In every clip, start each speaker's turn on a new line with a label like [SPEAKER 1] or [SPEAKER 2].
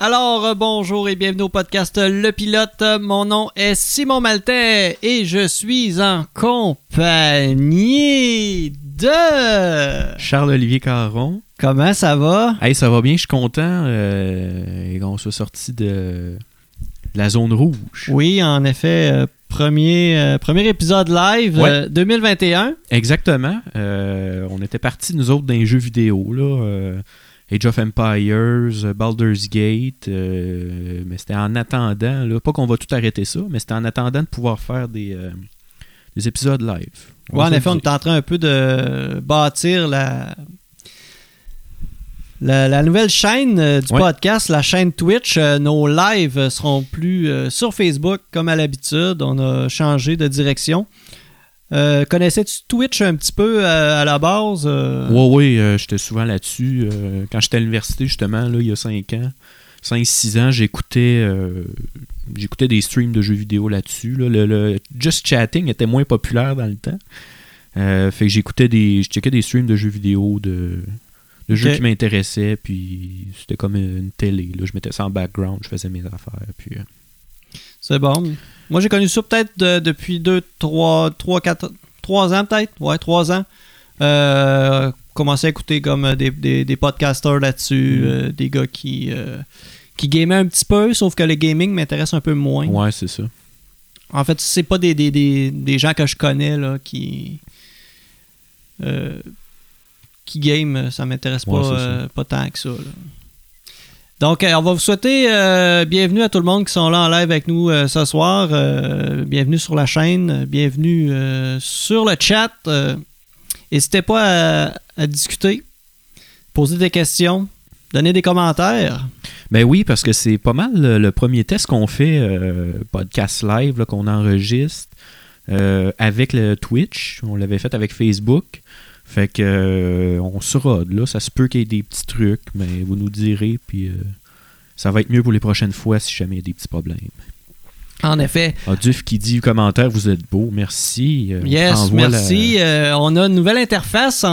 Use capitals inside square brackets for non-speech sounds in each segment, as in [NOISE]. [SPEAKER 1] Alors, euh, bonjour et bienvenue au podcast Le Pilote. Mon nom est Simon Maltais et je suis en compagnie de...
[SPEAKER 2] Charles-Olivier Caron.
[SPEAKER 1] Comment ça va?
[SPEAKER 2] Hey, ça va bien, je suis content euh, qu'on soit sorti de la zone rouge.
[SPEAKER 1] Oui, en effet, euh, premier, euh, premier épisode live
[SPEAKER 2] Ouais.
[SPEAKER 1] euh, 2021.
[SPEAKER 2] Exactement. Euh, on était partis, nous autres, d'un jeu vidéo, là. euh, Age of Empires, euh, Baldur's Gate, euh, mais c'était en attendant, là, pas qu'on va tout arrêter ça, mais c'était en attendant de pouvoir faire des, euh, des épisodes live.
[SPEAKER 1] Ouais, en
[SPEAKER 2] va
[SPEAKER 1] effet,
[SPEAKER 2] se
[SPEAKER 1] on
[SPEAKER 2] le
[SPEAKER 1] est en train un peu de bâtir la, la, la nouvelle chaîne euh, du
[SPEAKER 2] Ouais.
[SPEAKER 1] podcast, la chaîne Twitch. Euh, nos lives euh, seront plus euh, sur Facebook comme à l'habitude. On a changé de direction. Euh, Connaissais-tu Twitch un petit peu euh, à la base? euh?
[SPEAKER 2] Oui, oui, euh, j'étais souvent là-dessus. Euh, quand j'étais à l'université, justement, là, il y a 5 ans, 5-6 ans, j'écoutais euh, j'écoutais des streams de jeux vidéo là-dessus. là. Le, le Just Chatting était moins populaire dans le temps. Euh, fait que j'écoutais des. Je checkais des streams de jeux vidéo, de, de jeux
[SPEAKER 1] Ok.
[SPEAKER 2] qui m'intéressaient, puis c'était comme une télé. Là. Je mettais ça en background, je faisais mes affaires. Puis, euh,
[SPEAKER 1] C'est bon. Moi, j'ai connu ça peut-être de- depuis 2, 3, 3, 4, 3 ans peut-être. Ouais, 3 ans. Euh, commencé à écouter comme euh, des, des, des podcasters là-dessus,
[SPEAKER 2] Mm.
[SPEAKER 1] euh, des gars qui, euh, qui gamaient un petit peu, sauf que le gaming m'intéresse un peu moins.
[SPEAKER 2] ouais, c'est ça.
[SPEAKER 1] En fait, c'est pas des, des, des, des gens que je connais là, qui, euh, qui game, ça m'intéresse
[SPEAKER 2] Ouais,
[SPEAKER 1] pas,
[SPEAKER 2] c'est
[SPEAKER 1] euh, pas tant que ça. là. Donc, euh, on va vous souhaiter euh, bienvenue à tout le monde qui sont là en live avec nous euh, ce soir. Euh, bienvenue sur la chaîne, euh, bienvenue euh, sur le chat. Euh, N'hésitez pas à, à discuter, poser des questions, donner des commentaires.
[SPEAKER 2] Ben oui, parce que c'est pas mal euh, le, le premier test qu'on fait, euh, podcast live, là, qu'on enregistre euh, avec le Twitch. On l'avait fait avec Facebook. Fait que euh, on se rôde, là. Ça se peut qu'il y ait des petits trucs, mais vous nous direz, puis euh, ça va être mieux pour les prochaines fois si jamais il y a des petits problèmes.
[SPEAKER 1] En effet,
[SPEAKER 2] Ah, Duf qui dit commentaire, vous êtes beau, merci. Euh, on
[SPEAKER 1] Yes,
[SPEAKER 2] t'envoie la-
[SPEAKER 1] merci. Euh, on a une nouvelle interface en,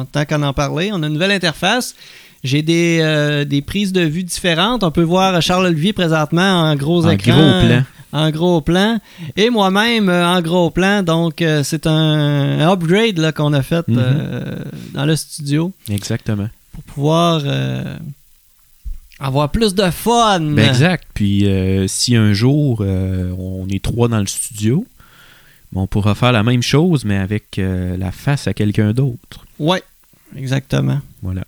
[SPEAKER 1] en tant qu'on en parlait. On a une nouvelle interface. J'ai des, euh, des prises de vue différentes. On peut voir Charles Olivier présentement en gros
[SPEAKER 2] En
[SPEAKER 1] écran.
[SPEAKER 2] gros plan.
[SPEAKER 1] En gros plan. Et moi-même euh, en gros plan. Donc, euh, c'est un, un upgrade là, qu'on a fait
[SPEAKER 2] Mhm.
[SPEAKER 1] euh, dans le studio
[SPEAKER 2] Exactement.
[SPEAKER 1] pour pouvoir euh, avoir plus de fun.
[SPEAKER 2] Ben exact. Puis euh, si un jour euh, on est trois dans le studio, ben, on pourra faire la même chose, mais avec euh, la face à quelqu'un d'autre.
[SPEAKER 1] Ouais, exactement.
[SPEAKER 2] Voilà.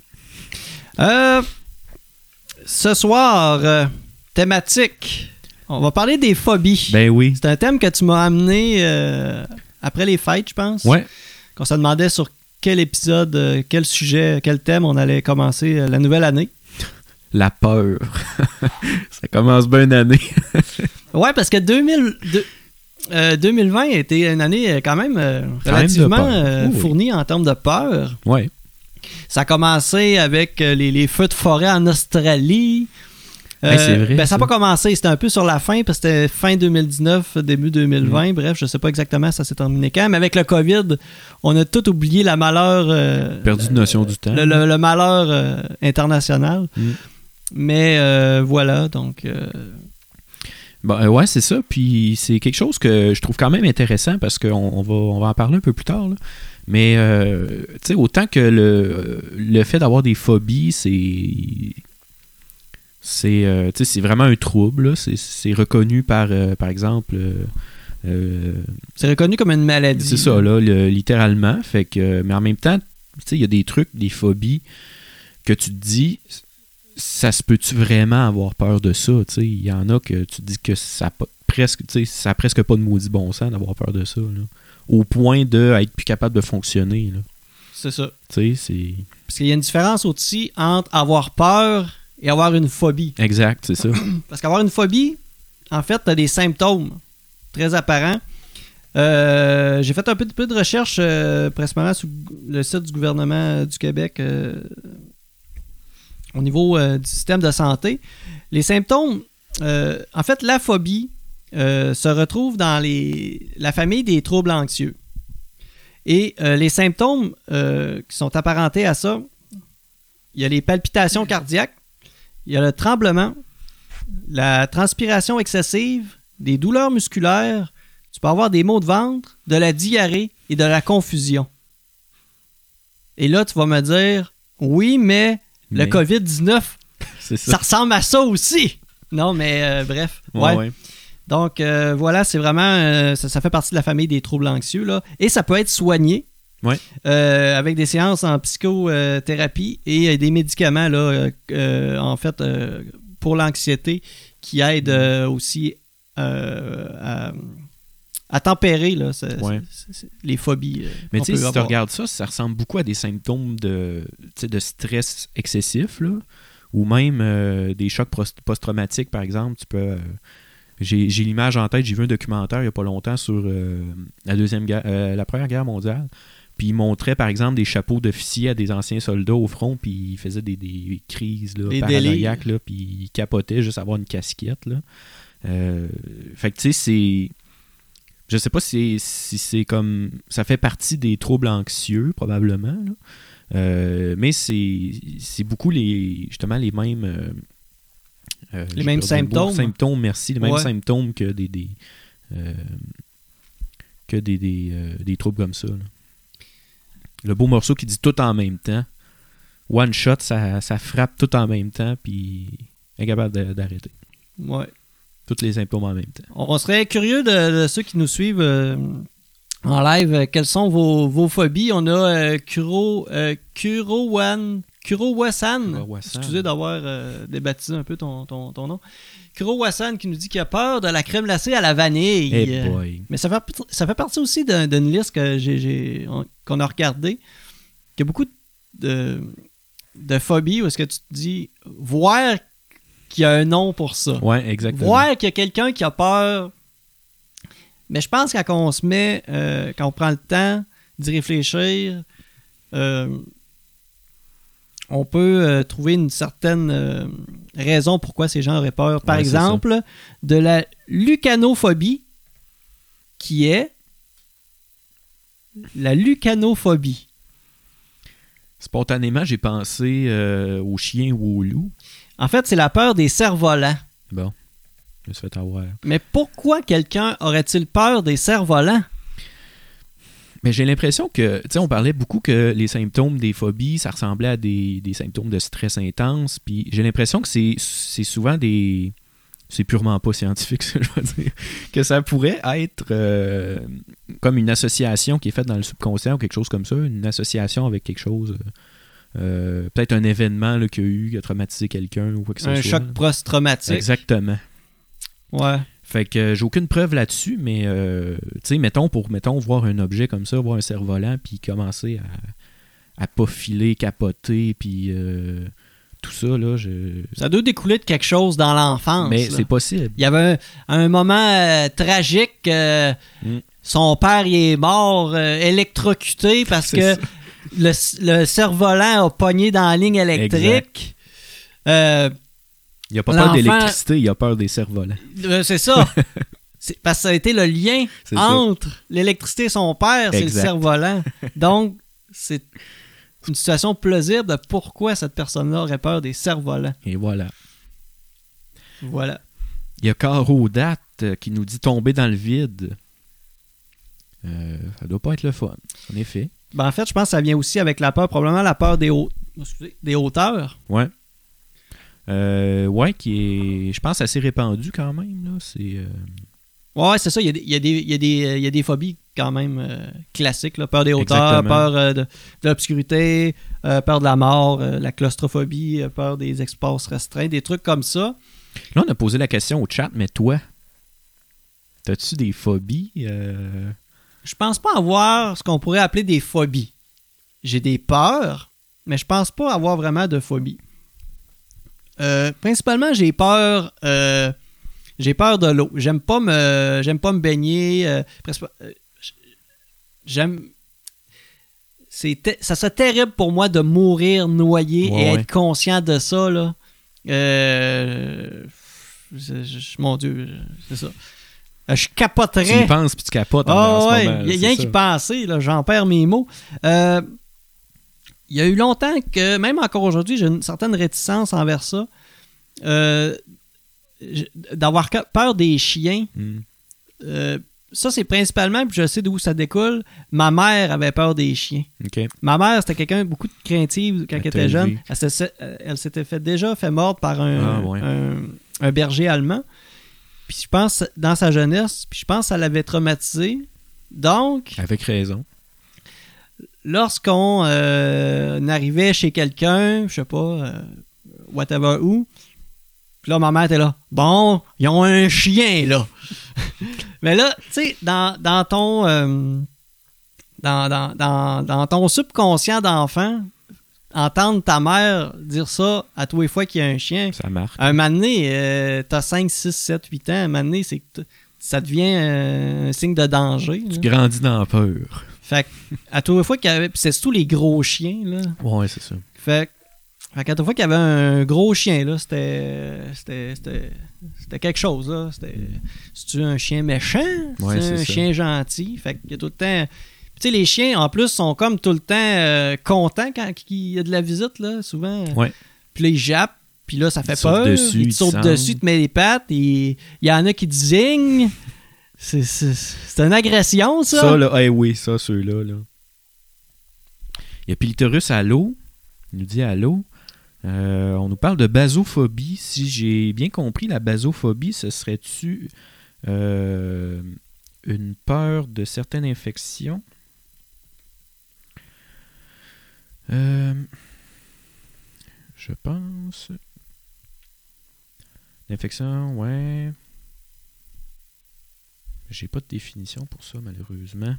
[SPEAKER 1] Euh, ce soir, euh, thématique. On va parler des phobies.
[SPEAKER 2] Ben oui.
[SPEAKER 1] C'est un thème que tu m'as amené euh, après les fêtes, je pense.
[SPEAKER 2] Ouais.
[SPEAKER 1] Qu'on se demandait sur quel épisode, euh, quel sujet, quel thème on allait commencer euh, la nouvelle année.
[SPEAKER 2] La peur. [LAUGHS] Ça commence bien l'année.
[SPEAKER 1] Ouais, parce que 2000 de- euh, 2020 a été une année euh, quand même euh,
[SPEAKER 2] Quand même de
[SPEAKER 1] relativement
[SPEAKER 2] peur.
[SPEAKER 1] euh,
[SPEAKER 2] Oui, oui.
[SPEAKER 1] fournie en termes de peur.
[SPEAKER 2] Ouais.
[SPEAKER 1] Ça a commencé avec euh, les, les feux de forêt en Australie.
[SPEAKER 2] Hey, c'est vrai,
[SPEAKER 1] ben, ça n'a
[SPEAKER 2] ça.
[SPEAKER 1] pas commencé, c'était un peu sur la fin, parce que c'était fin 2019, début 2020.
[SPEAKER 2] Mm.
[SPEAKER 1] Bref, je ne sais pas exactement ça s'est terminé quand, mais avec le COVID, on a tout oublié la malheur, euh,
[SPEAKER 2] Perdu de notion du temps.
[SPEAKER 1] le, le- le malheur euh, international.
[SPEAKER 2] Mm.
[SPEAKER 1] Mais euh, voilà, donc. euh,
[SPEAKER 2] Ben, euh, ouais, c'est ça. Puis c'est quelque chose que je trouve quand même intéressant parce qu'on on va, on va en parler un peu plus tard. là. Mais euh, tu sais, autant que le, le fait d'avoir des phobies, c'est. C'est euh, tu sais, c'est vraiment un trouble. là. C'est- C'est reconnu par, euh, par exemple. euh, euh,
[SPEAKER 1] c'est reconnu comme une maladie.
[SPEAKER 2] c'est ça, là, le- littéralement. Fait que, mais en même temps, tu sais, il y a des trucs, des phobies que tu te dis, ça se peut-tu vraiment avoir peur de ça? Tu sais, il y en a que tu te dis que ça a pas- presque, tu sais, ça a presque pas de maudit bon sens d'avoir peur de ça. là. Au point de être plus capable de fonctionner. là.
[SPEAKER 1] C'est ça.
[SPEAKER 2] Tu sais, c'est.
[SPEAKER 1] Parce qu'il y a une différence aussi entre avoir peur et avoir une phobie.
[SPEAKER 2] Exact, c'est ça.
[SPEAKER 1] Parce qu'avoir une phobie, en fait, t'as des symptômes très apparents. Euh, J'ai fait un peu, peu de recherche euh, principalement sur le site du gouvernement du Québec euh, au niveau euh, du système de santé. Les symptômes, euh, en fait, la phobie euh, se retrouve dans les, la famille des troubles anxieux. Et euh, les symptômes euh, qui sont apparentés à ça, il y a les palpitations cardiaques, Il y a le tremblement, la transpiration excessive, des douleurs musculaires, tu peux avoir des maux de ventre, de la diarrhée et de la confusion. Et là, tu vas me dire, oui, mais,
[SPEAKER 2] Mais-
[SPEAKER 1] le COVID-19,
[SPEAKER 2] C'est
[SPEAKER 1] ça ressemble à ça aussi. Non, mais euh, bref.
[SPEAKER 2] Ouais,
[SPEAKER 1] ouais.
[SPEAKER 2] ouais.
[SPEAKER 1] Donc euh, voilà, c'est vraiment euh, ça, ça fait partie de la famille des troubles anxieux là, et ça peut être soigné.
[SPEAKER 2] Ouais.
[SPEAKER 1] Euh, avec des séances en psychothérapie et euh, des médicaments là, euh, euh, en fait euh, pour l'anxiété qui aident euh, aussi euh, à, à tempérer là, ce-
[SPEAKER 2] Ouais.
[SPEAKER 1] ce- ce- les phobies. euh,
[SPEAKER 2] Mais
[SPEAKER 1] qu'on
[SPEAKER 2] tu
[SPEAKER 1] peut
[SPEAKER 2] sais, si tu
[SPEAKER 1] avoir.
[SPEAKER 2] regardes ça, ça ressemble beaucoup à des symptômes de, tu sais, de stress excessif, là, ou même euh, des chocs pros- post-traumatiques, par exemple. Tu peux, euh, j'ai j'ai l'image en tête, j'ai vu un documentaire il n'y a pas longtemps sur euh, la, deuxième guerre, euh, la Première Guerre mondiale, puis il montrait, par exemple, des chapeaux d'officiers à des anciens soldats au front, puis ils faisaient des, des crises là,
[SPEAKER 1] Des
[SPEAKER 2] paranoïaques, là, puis ils capotaient juste à avoir une casquette. Là. Euh, fait que, tu sais, c'est... Je sais pas si, si c'est comme. Ça fait partie des troubles anxieux, probablement. là. Euh, mais c'est c'est beaucoup les justement les mêmes. euh, euh,
[SPEAKER 1] Les
[SPEAKER 2] je
[SPEAKER 1] mêmes
[SPEAKER 2] perds le mot.
[SPEAKER 1] symptômes.
[SPEAKER 2] Symptômes, merci. Les mêmes
[SPEAKER 1] Ouais.
[SPEAKER 2] symptômes que des. des, euh, que des, des, euh, des troubles comme ça. là. Le beau morceau qui dit tout en même temps. One shot, ça, ça frappe tout en même temps, puis incapable d'a- d'arrêter.
[SPEAKER 1] Ouais.
[SPEAKER 2] Tous les symptômes en même temps.
[SPEAKER 1] On, on serait curieux de, de ceux qui nous suivent euh, en live, euh, quelles sont vos, vos phobies? On a euh, Kuro, euh, Kurowan- Kurowasan.
[SPEAKER 2] Kurowasan.
[SPEAKER 1] Hmm. Excusez d'avoir euh, débaptisé un peu ton, ton- ton nom. Kurowasan qui nous dit qu'il a peur de la crème glacée à la vanille.
[SPEAKER 2] Hey Eh boy.
[SPEAKER 1] Mais ça fait, ça fait partie aussi d'un- d'une liste que j'ai- j'ai- on- qu'on a regardée. Il y a beaucoup de, de phobies où est-ce que tu te dis voir qu'il y a un nom pour ça
[SPEAKER 2] Ouais, exactement.
[SPEAKER 1] voir qu'il y a quelqu'un qui a peur. Mais je pense que quand on se met, euh, quand on prend le temps d'y réfléchir, euh, on peut euh, trouver une certaine euh, raison pourquoi ces gens auraient peur. Par
[SPEAKER 2] Ouais, c'est
[SPEAKER 1] exemple, de la lucanophobie, qui est la lucanophobie.
[SPEAKER 2] Spontanément, j'ai pensé euh, au chien ou au loup.
[SPEAKER 1] En fait, c'est la peur des cerfs-volants.
[SPEAKER 2] Bon, je me suis fait avoir.
[SPEAKER 1] Mais pourquoi quelqu'un aurait-il peur des cerfs-volants?
[SPEAKER 2] Mais j'ai l'impression que, tu sais, on parlait beaucoup que les symptômes des phobies, ça ressemblait à des, des symptômes de stress intense. Puis j'ai l'impression que c'est, c'est souvent des. C'est purement pas scientifique, [LAUGHS] ce que je veux dire. Que ça pourrait être euh, comme une association qui est faite dans le subconscient ou quelque chose comme ça, une association avec quelque chose. euh, peut-être un événement là, qu'il y a eu qui a traumatisé quelqu'un ou quoi que ce
[SPEAKER 1] Un
[SPEAKER 2] soit.
[SPEAKER 1] choc post-traumatique.
[SPEAKER 2] Exactement.
[SPEAKER 1] Ouais.
[SPEAKER 2] Fait que euh, j'ai aucune preuve là-dessus, mais euh, tu sais, mettons pour mettons voir un objet comme ça, voir un cerf-volant, puis commencer à, à pas filer, capoter, puis euh, tout ça là, je.
[SPEAKER 1] Ça doit découler de quelque chose dans l'enfance.
[SPEAKER 2] mais
[SPEAKER 1] là.
[SPEAKER 2] c'est possible.
[SPEAKER 1] Il y avait un, un moment euh, tragique. euh,
[SPEAKER 2] Mm.
[SPEAKER 1] Son père il est mort euh, électrocuté parce
[SPEAKER 2] [LAUGHS] C'est
[SPEAKER 1] que
[SPEAKER 2] ça.
[SPEAKER 1] le, le cerf-volant a pogné dans la ligne électrique. Euh,
[SPEAKER 2] Il y a pas peur
[SPEAKER 1] l'enfant-
[SPEAKER 2] d'électricité, il y a peur des cerfs-volants.
[SPEAKER 1] euh, c'est
[SPEAKER 2] [LAUGHS]
[SPEAKER 1] ça. C'est parce que ça a été le lien
[SPEAKER 2] C'est ça.
[SPEAKER 1] entre l'électricité et son père, c'est le
[SPEAKER 2] Exact. [LAUGHS]
[SPEAKER 1] cerf-volant. Donc, c'est une situation plausible de pourquoi cette personne-là aurait peur des cerfs-volants.
[SPEAKER 2] Et voilà.
[SPEAKER 1] Voilà.
[SPEAKER 2] Il y a Caro Date euh, qui nous dit tomber dans le vide. Euh, ça doit pas être le fun, en effet.
[SPEAKER 1] Ben, en fait, je pense que ça vient aussi avec la peur, probablement la peur des, hau- excusez, des hauteurs.
[SPEAKER 2] Ouais. Euh, ouais, qui est, je pense, assez répandu quand même. Là. C'est, euh,
[SPEAKER 1] Ouais, ouais, c'est ça. Il y, a des- il y a des- il y a des, euh, il y a des phobies quand même euh, classiques. là. Peur des hauteurs,
[SPEAKER 2] Exactement.
[SPEAKER 1] peur euh, de, de l'obscurité, euh, peur de la mort, euh, la claustrophobie, euh, peur des espaces restreints, des trucs comme ça.
[SPEAKER 2] Là, on a posé la question au chat, mais toi, t'as-tu des phobies? euh?
[SPEAKER 1] Je pense pas avoir ce qu'on pourrait appeler des phobies. J'ai des peurs, mais je pense pas avoir vraiment de phobie. Euh, principalement, j'ai peur. euh, j'ai peur de l'eau. J'aime pas me, j'aime pas me baigner. euh, principa- euh, j- j'aime. C'est te- ça serait terrible pour moi de mourir noyé
[SPEAKER 2] Ouais,
[SPEAKER 1] et
[SPEAKER 2] ouais.
[SPEAKER 1] être conscient de ça là. Euh, je- je- mon Dieu, je- c'est ça. Euh, Je
[SPEAKER 2] Tu y
[SPEAKER 1] capoterais.
[SPEAKER 2] penses puis tu capotes en- en
[SPEAKER 1] Ah
[SPEAKER 2] ce
[SPEAKER 1] ouais,
[SPEAKER 2] moment.
[SPEAKER 1] il y a rien qui
[SPEAKER 2] parle.
[SPEAKER 1] pensait, là, j'en perds mes mots. Euh, il y a eu longtemps que, même encore aujourd'hui, j'ai une certaine réticence envers ça. euh, j- d'avoir ca- peur des chiens,
[SPEAKER 2] Hmm.
[SPEAKER 1] euh, ça, c'est principalement, puis je sais d'où ça découle, ma mère avait peur des chiens.
[SPEAKER 2] OK.
[SPEAKER 1] Ma mère, c'était quelqu'un de beaucoup de craintive quand
[SPEAKER 2] Elle
[SPEAKER 1] elle
[SPEAKER 2] t'a
[SPEAKER 1] était jeune.
[SPEAKER 2] élevé.
[SPEAKER 1] Elle s'était- elle s'était fait déjà fait mordre par un,
[SPEAKER 2] Ah, ouais.
[SPEAKER 1] un, un berger allemand. Puis je pense, dans sa jeunesse, puis je pense que ça l'avait traumatisée. Donc,
[SPEAKER 2] Avec raison.
[SPEAKER 1] lorsqu'on euh, arrivait chez quelqu'un, je sais pas, euh, whatever où, puis là, ma mère était là, bon, ils ont un chien, là. [LAUGHS] Mais là, tu sais, dans, dans ton... euh, dans, dans, dans, dans ton subconscient d'enfant, entendre ta mère dire ça à tous les fois qu'il y a un chien,
[SPEAKER 2] Ça marque.
[SPEAKER 1] un moment donné, euh, t'as 5, 6, 7, 8 ans, un moment donné, c'est que t- ça devient euh, un signe de danger. là.
[SPEAKER 2] Tu grandis dans la peur.
[SPEAKER 1] Fait que, à toutes les fois qu'il y avait. puis c'est surtout les gros chiens, là.
[SPEAKER 2] Ouais, c'est ça.
[SPEAKER 1] Fait que, fait qu'à toutes les fois qu'il y avait un gros chien, là, c'était. C'était. C'était, c'était quelque chose, là. C'était. C'est-tu un chien méchant?
[SPEAKER 2] Ouais,
[SPEAKER 1] C'est-tu
[SPEAKER 2] c'est
[SPEAKER 1] un
[SPEAKER 2] ça.
[SPEAKER 1] chien gentil? Fait qu'il y a tout le temps. Puis, tu sais, les chiens, en plus, sont comme tout le temps euh, contents quand il y a de la visite, là, souvent.
[SPEAKER 2] Ouais.
[SPEAKER 1] Puis là, ils jappent. Puis là, ça fait
[SPEAKER 2] Ils sautent
[SPEAKER 1] peur.
[SPEAKER 2] dessus,
[SPEAKER 1] ils
[SPEAKER 2] ils
[SPEAKER 1] te sautent
[SPEAKER 2] sentent.
[SPEAKER 1] dessus, ils te mettent les pattes. et Il y en a qui te zignent. C'est, c'est, c'est une agression, ça.
[SPEAKER 2] Ça, là, eh oui, ça, ceux-là. Là. Il y a Pilterus à l'eau. Il nous dit à l'eau. Euh, on nous parle de basophobie. Si j'ai bien compris, la basophobie, ce serait-tu euh, une peur de certaines infections? Euh, je pense. L'infection, ouais. J'ai pas de définition pour ça, malheureusement.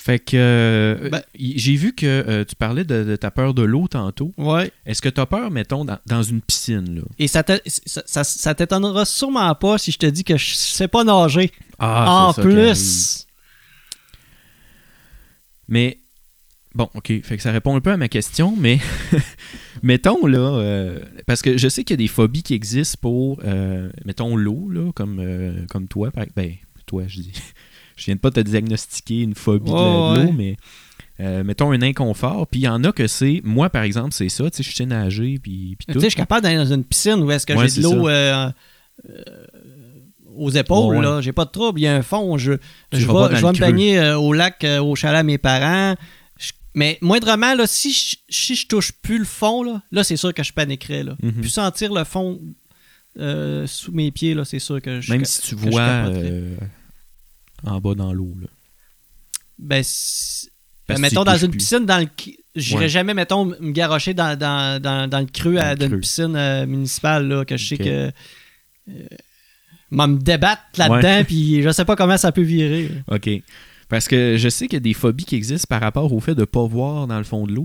[SPEAKER 2] Fait que euh,
[SPEAKER 1] Ben-
[SPEAKER 2] y- j'ai vu que euh, tu parlais de, de ta peur de l'eau tantôt.
[SPEAKER 1] Ouais.
[SPEAKER 2] Est-ce que tu as peur, mettons, dans, dans une piscine, là?
[SPEAKER 1] Et ça, te- ça, ça- ça t'étonnera sûrement pas si je te dis que je sais pas nager.
[SPEAKER 2] Ah,
[SPEAKER 1] en
[SPEAKER 2] c'est ça qui arrive.
[SPEAKER 1] plus,
[SPEAKER 2] Mais bon, ok, fait que ça répond un peu à ma question, mais [LAUGHS] mettons là, euh, parce que je sais qu'il y a des phobies qui existent pour, euh, mettons l'eau là, comme euh, comme toi, par- ben toi, je dis, [LAUGHS] je viens de pas te diagnostiquer une phobie de la- de
[SPEAKER 1] Ouais,
[SPEAKER 2] l'eau,
[SPEAKER 1] ouais.
[SPEAKER 2] mais euh, mettons un inconfort, puis il y en a que c'est, moi par exemple, c'est ça, tu sais, je sais nager, puis puis
[SPEAKER 1] tu
[SPEAKER 2] tout.
[SPEAKER 1] sais, je suis capable d'aller dans une piscine où est-ce que
[SPEAKER 2] Ouais,
[SPEAKER 1] j'ai
[SPEAKER 2] c'est
[SPEAKER 1] de l'eau euh, euh, aux épaules.
[SPEAKER 2] Ouais, ouais.
[SPEAKER 1] là. J'ai pas de trouble. Il y a un fond. Je, je
[SPEAKER 2] vas
[SPEAKER 1] vais,
[SPEAKER 2] pas dans
[SPEAKER 1] je vais
[SPEAKER 2] le
[SPEAKER 1] me
[SPEAKER 2] creux.
[SPEAKER 1] baigner euh, au lac, euh, au chalet à mes parents. Je- mais moindrement, là, si, je, si je touche plus le fond, là, là, c'est sûr que je paniquerais. Là.
[SPEAKER 2] Mhm.
[SPEAKER 1] Puis sentir le fond euh, sous mes pieds, là, c'est sûr que je.
[SPEAKER 2] Même
[SPEAKER 1] que-
[SPEAKER 2] si tu
[SPEAKER 1] que je
[SPEAKER 2] vois
[SPEAKER 1] capoterais.
[SPEAKER 2] euh, en bas dans l'eau là.
[SPEAKER 1] Ben, si-
[SPEAKER 2] Parce que
[SPEAKER 1] Ben, mettons,
[SPEAKER 2] tu
[SPEAKER 1] dans
[SPEAKER 2] touches
[SPEAKER 1] une
[SPEAKER 2] plus.
[SPEAKER 1] piscine, dans le... qui- j'irais
[SPEAKER 2] Ouais.
[SPEAKER 1] jamais, mettons, me garrocher dans, dans, dans, dans le creux
[SPEAKER 2] Dans
[SPEAKER 1] à-
[SPEAKER 2] le
[SPEAKER 1] d'une
[SPEAKER 2] creux.
[SPEAKER 1] piscine euh, municipale, là, que je sais
[SPEAKER 2] Ok.
[SPEAKER 1] que. euh, moi, me débattre là-dedans, puis je sais pas comment ça peut virer. là.
[SPEAKER 2] OK. Parce que je sais qu'il y a des phobies qui existent par rapport au fait de ne pas voir dans le fond de l'eau.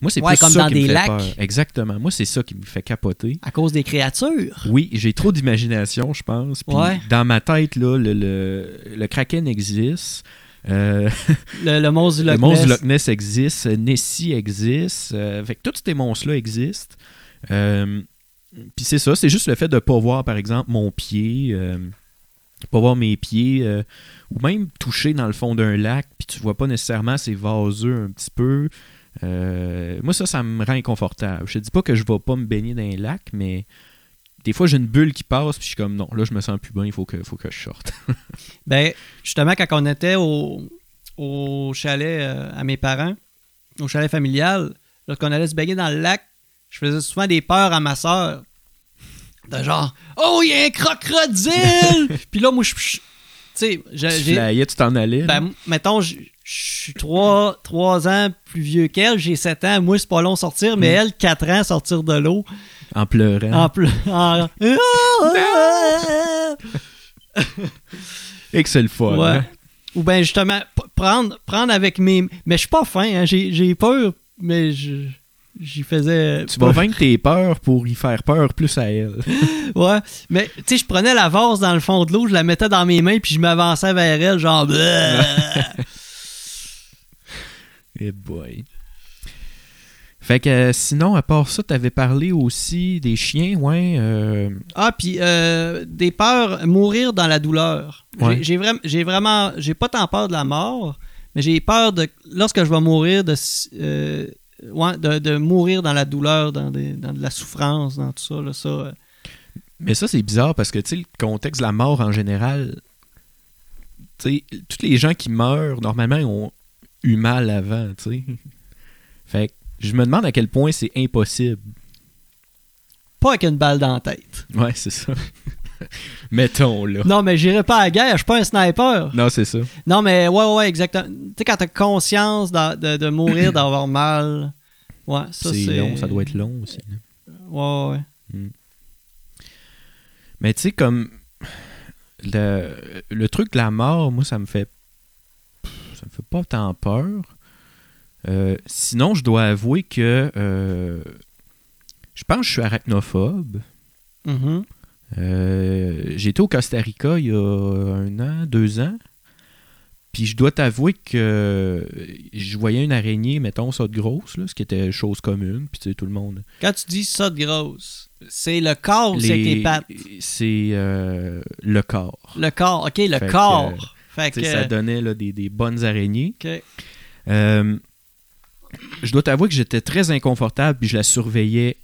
[SPEAKER 2] Moi, c'est
[SPEAKER 1] Ouais,
[SPEAKER 2] plus
[SPEAKER 1] comme
[SPEAKER 2] ça
[SPEAKER 1] dans
[SPEAKER 2] qui
[SPEAKER 1] des
[SPEAKER 2] me fait
[SPEAKER 1] lacs.
[SPEAKER 2] peur. Exactement. Moi, c'est ça qui me fait capoter.
[SPEAKER 1] À cause des créatures.
[SPEAKER 2] Oui, j'ai trop d'imagination, je pense. Puis
[SPEAKER 1] Ouais.
[SPEAKER 2] dans ma tête, là, le, le, le kraken existe. Euh,
[SPEAKER 1] Le, le monstre du
[SPEAKER 2] le
[SPEAKER 1] Loch
[SPEAKER 2] monstre du
[SPEAKER 1] Ness.
[SPEAKER 2] Loch Ness existe. euh, Nessie existe. Euh, fait que tous ces monstres-là existent. Euh, puis c'est ça, c'est juste le fait de ne pas voir, par exemple, mon pied, euh, pas voir mes pieds, euh, ou même toucher dans le fond d'un lac, puis tu vois pas nécessairement c'est vaseux un petit peu. Euh, moi, ça, ça me rend inconfortable. Je te dis pas que je vais pas me baigner dans un lac, mais des fois, j'ai une bulle qui passe, puis je suis comme, non, là, je me sens plus bien, il faut que, faut que je sorte. [LAUGHS]
[SPEAKER 1] Ben, justement, quand on était au, au chalet euh, à mes parents, au chalet familial, lorsqu'on allait se baigner dans le lac, je faisais souvent des peurs à ma soeur. De genre, oh, il y a un
[SPEAKER 2] [LAUGHS]
[SPEAKER 1] crocodile! Puis là, moi, je. je- Tu sais, Euh, j'ai-
[SPEAKER 2] tu
[SPEAKER 1] j'ai.
[SPEAKER 2] flyais, tu t'en allais. là.
[SPEAKER 1] Ben, mettons, je je suis 3, ans plus vieux qu'elle, j'ai 7 ans, moi, c'est pas long sortir, mais
[SPEAKER 2] Mm. Ah.
[SPEAKER 1] elle, 4 ans, sortir de l'eau.
[SPEAKER 2] en pleurant.
[SPEAKER 1] En plus. en-
[SPEAKER 2] [LAUGHS]
[SPEAKER 1] Ah!
[SPEAKER 2] Et que c'est le fun.
[SPEAKER 1] Ouais.
[SPEAKER 2] hein.
[SPEAKER 1] Ou bien justement, p- prendre, prendre avec mes. Mais je suis pas fin, hein. j'ai j'ai peur, mais je- j'y faisais. euh,
[SPEAKER 2] Tu vas vaincre tes peurs pour y faire peur plus à elle. [LAUGHS]
[SPEAKER 1] Ouais. Mais tu sais, je prenais la vase dans le fond de l'eau, je la mettais dans mes mains, puis je m'avançais vers elle, genre.
[SPEAKER 2] [LAUGHS]
[SPEAKER 1] Bleh.
[SPEAKER 2] Eh boy. Fait que euh, sinon, à part ça, t'avais parlé aussi des chiens, ouais. euh,
[SPEAKER 1] ah, puis euh, des peurs, mourir dans la douleur. J'ai-
[SPEAKER 2] Ouais.
[SPEAKER 1] J'ai vraiment. J'ai vraiment. J'ai pas tant peur de la mort, mais j'ai peur de. Lorsque je vais mourir, de. s- euh, ouais, de, de mourir dans la douleur, dans, des- dans de la souffrance, dans tout ça. Là, ça euh,
[SPEAKER 2] Mais ça, c'est bizarre parce que, tu sais, le contexte de la mort en général, tu sais, tous les gens qui meurent, normalement, ils ont eu mal avant, tu [LAUGHS] sais. Fait que je me demande à quel point c'est impossible.
[SPEAKER 1] pas avec une balle dans la tête.
[SPEAKER 2] Ouais, c'est [LAUGHS] ça. Mettons, là.
[SPEAKER 1] [LAUGHS] Non, mais j'irai pas à la guerre, je suis pas un sniper.
[SPEAKER 2] Non, c'est ça.
[SPEAKER 1] Non, mais ouais, ouais, ouais, exactement. Tu sais, quand t'as conscience d'a- de, de
[SPEAKER 2] [CLEARS THROAT]
[SPEAKER 1] mourir, d'avoir mal, ouais, ça c'est.
[SPEAKER 2] C'est long, ça doit être long aussi. là.
[SPEAKER 1] Ouais, ouais, ouais.
[SPEAKER 2] Mais tu sais, comme le, le truc de la mort, moi, ça me fait. Ça me fait pas tant peur. Euh, sinon, je dois avouer que euh, je pense que je suis arachnophobe.
[SPEAKER 1] Mhm.
[SPEAKER 2] Euh, J'ai été au Costa Rica il y a un an, deux ans. Puis je dois t'avouer que euh, je voyais une araignée, mettons, ça de grosse, là, ce qui était chose commune. Puis tu sais, tout le monde.
[SPEAKER 1] Quand tu dis ça de grosse, c'est le corps, ou c'est avec les pattes.
[SPEAKER 2] C'est euh, le corps.
[SPEAKER 1] Le corps, ok, le
[SPEAKER 2] Fait que,
[SPEAKER 1] corps. fait
[SPEAKER 2] Tu
[SPEAKER 1] que.
[SPEAKER 2] sais, Ça donnait là, des, des bonnes araignées.
[SPEAKER 1] ok.
[SPEAKER 2] Euh, je dois t'avouer que j'étais très inconfortable puis je la surveillais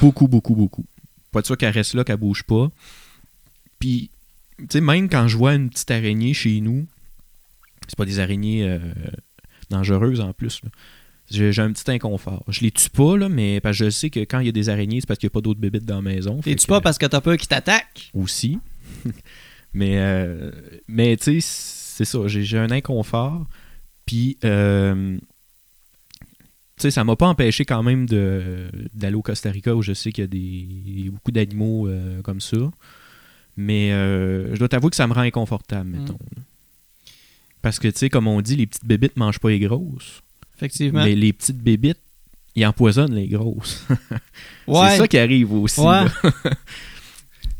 [SPEAKER 2] beaucoup, beaucoup, beaucoup. Pas de sûr qu'elle reste là, qu'elle bouge pas. Puis, tu sais, même quand je vois une petite araignée chez nous, c'est pas des araignées euh, dangereuses en plus. là. J'ai j'ai un petit inconfort. Je les tue pas, là, mais parce que je sais que quand il y a des araignées, c'est parce qu'il n'y a pas d'autres bébites dans la maison.
[SPEAKER 1] T'es
[SPEAKER 2] Fait
[SPEAKER 1] tu
[SPEAKER 2] que-
[SPEAKER 1] pas parce que t'as peur qu'ils t'attaquent?
[SPEAKER 2] aussi. [LAUGHS] mais, euh, mais tu sais, c'est ça, j'ai j'ai un inconfort. Puis, euh, tu sais, ça m'a pas empêché quand même de- d'aller au Costa Rica où je sais qu'il y a des, beaucoup d'animaux euh, comme ça. Mais euh, je dois t'avouer que ça me rend inconfortable,
[SPEAKER 1] Mm.
[SPEAKER 2] mettons. Parce que, tu sais, comme on dit, les petites bébites mangent pas les grosses.
[SPEAKER 1] Effectivement.
[SPEAKER 2] Mais les petites bébites, ils empoisonnent les grosses.
[SPEAKER 1] ouais.
[SPEAKER 2] C'est ça qui arrive aussi.
[SPEAKER 1] Ouais.
[SPEAKER 2] là. [LAUGHS]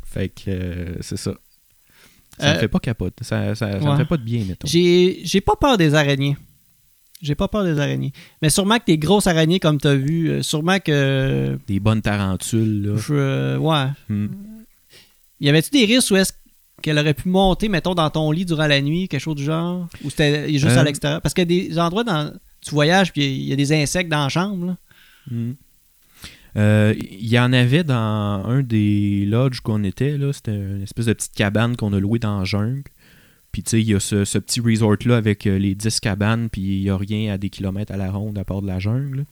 [SPEAKER 2] fait que euh, c'est ça. Ça me
[SPEAKER 1] Euh,
[SPEAKER 2] fait pas capote. Ça, ça, ça me
[SPEAKER 1] ouais.
[SPEAKER 2] fait pas de bien, mettons.
[SPEAKER 1] J'ai j'ai pas peur des araignées. J'ai pas peur des araignées. Mais sûrement que des grosses araignées comme t'as vu, euh, sûrement que. euh,
[SPEAKER 2] Des bonnes tarentules, là.
[SPEAKER 1] je- euh, ouais.
[SPEAKER 2] Hmm.
[SPEAKER 1] Y avait-tu des risques où est-ce qu'elle aurait pu monter, mettons, dans ton lit durant la nuit, quelque chose du genre Ou c'était juste
[SPEAKER 2] Euh,
[SPEAKER 1] à l'extérieur Parce qu'il y a des endroits dans. Tu voyages, puis il y a des insectes dans la chambre. là.
[SPEAKER 2] Hmm. Euh, Il y en avait dans un des lodges qu'on était, là. C'était une espèce de petite cabane qu'on a louée dans la jungle. Puis, tu sais, il y a ce, ce petit resort-là avec euh, les 10 cabanes, puis il n'y a rien à des kilomètres à la ronde à part de la jungle.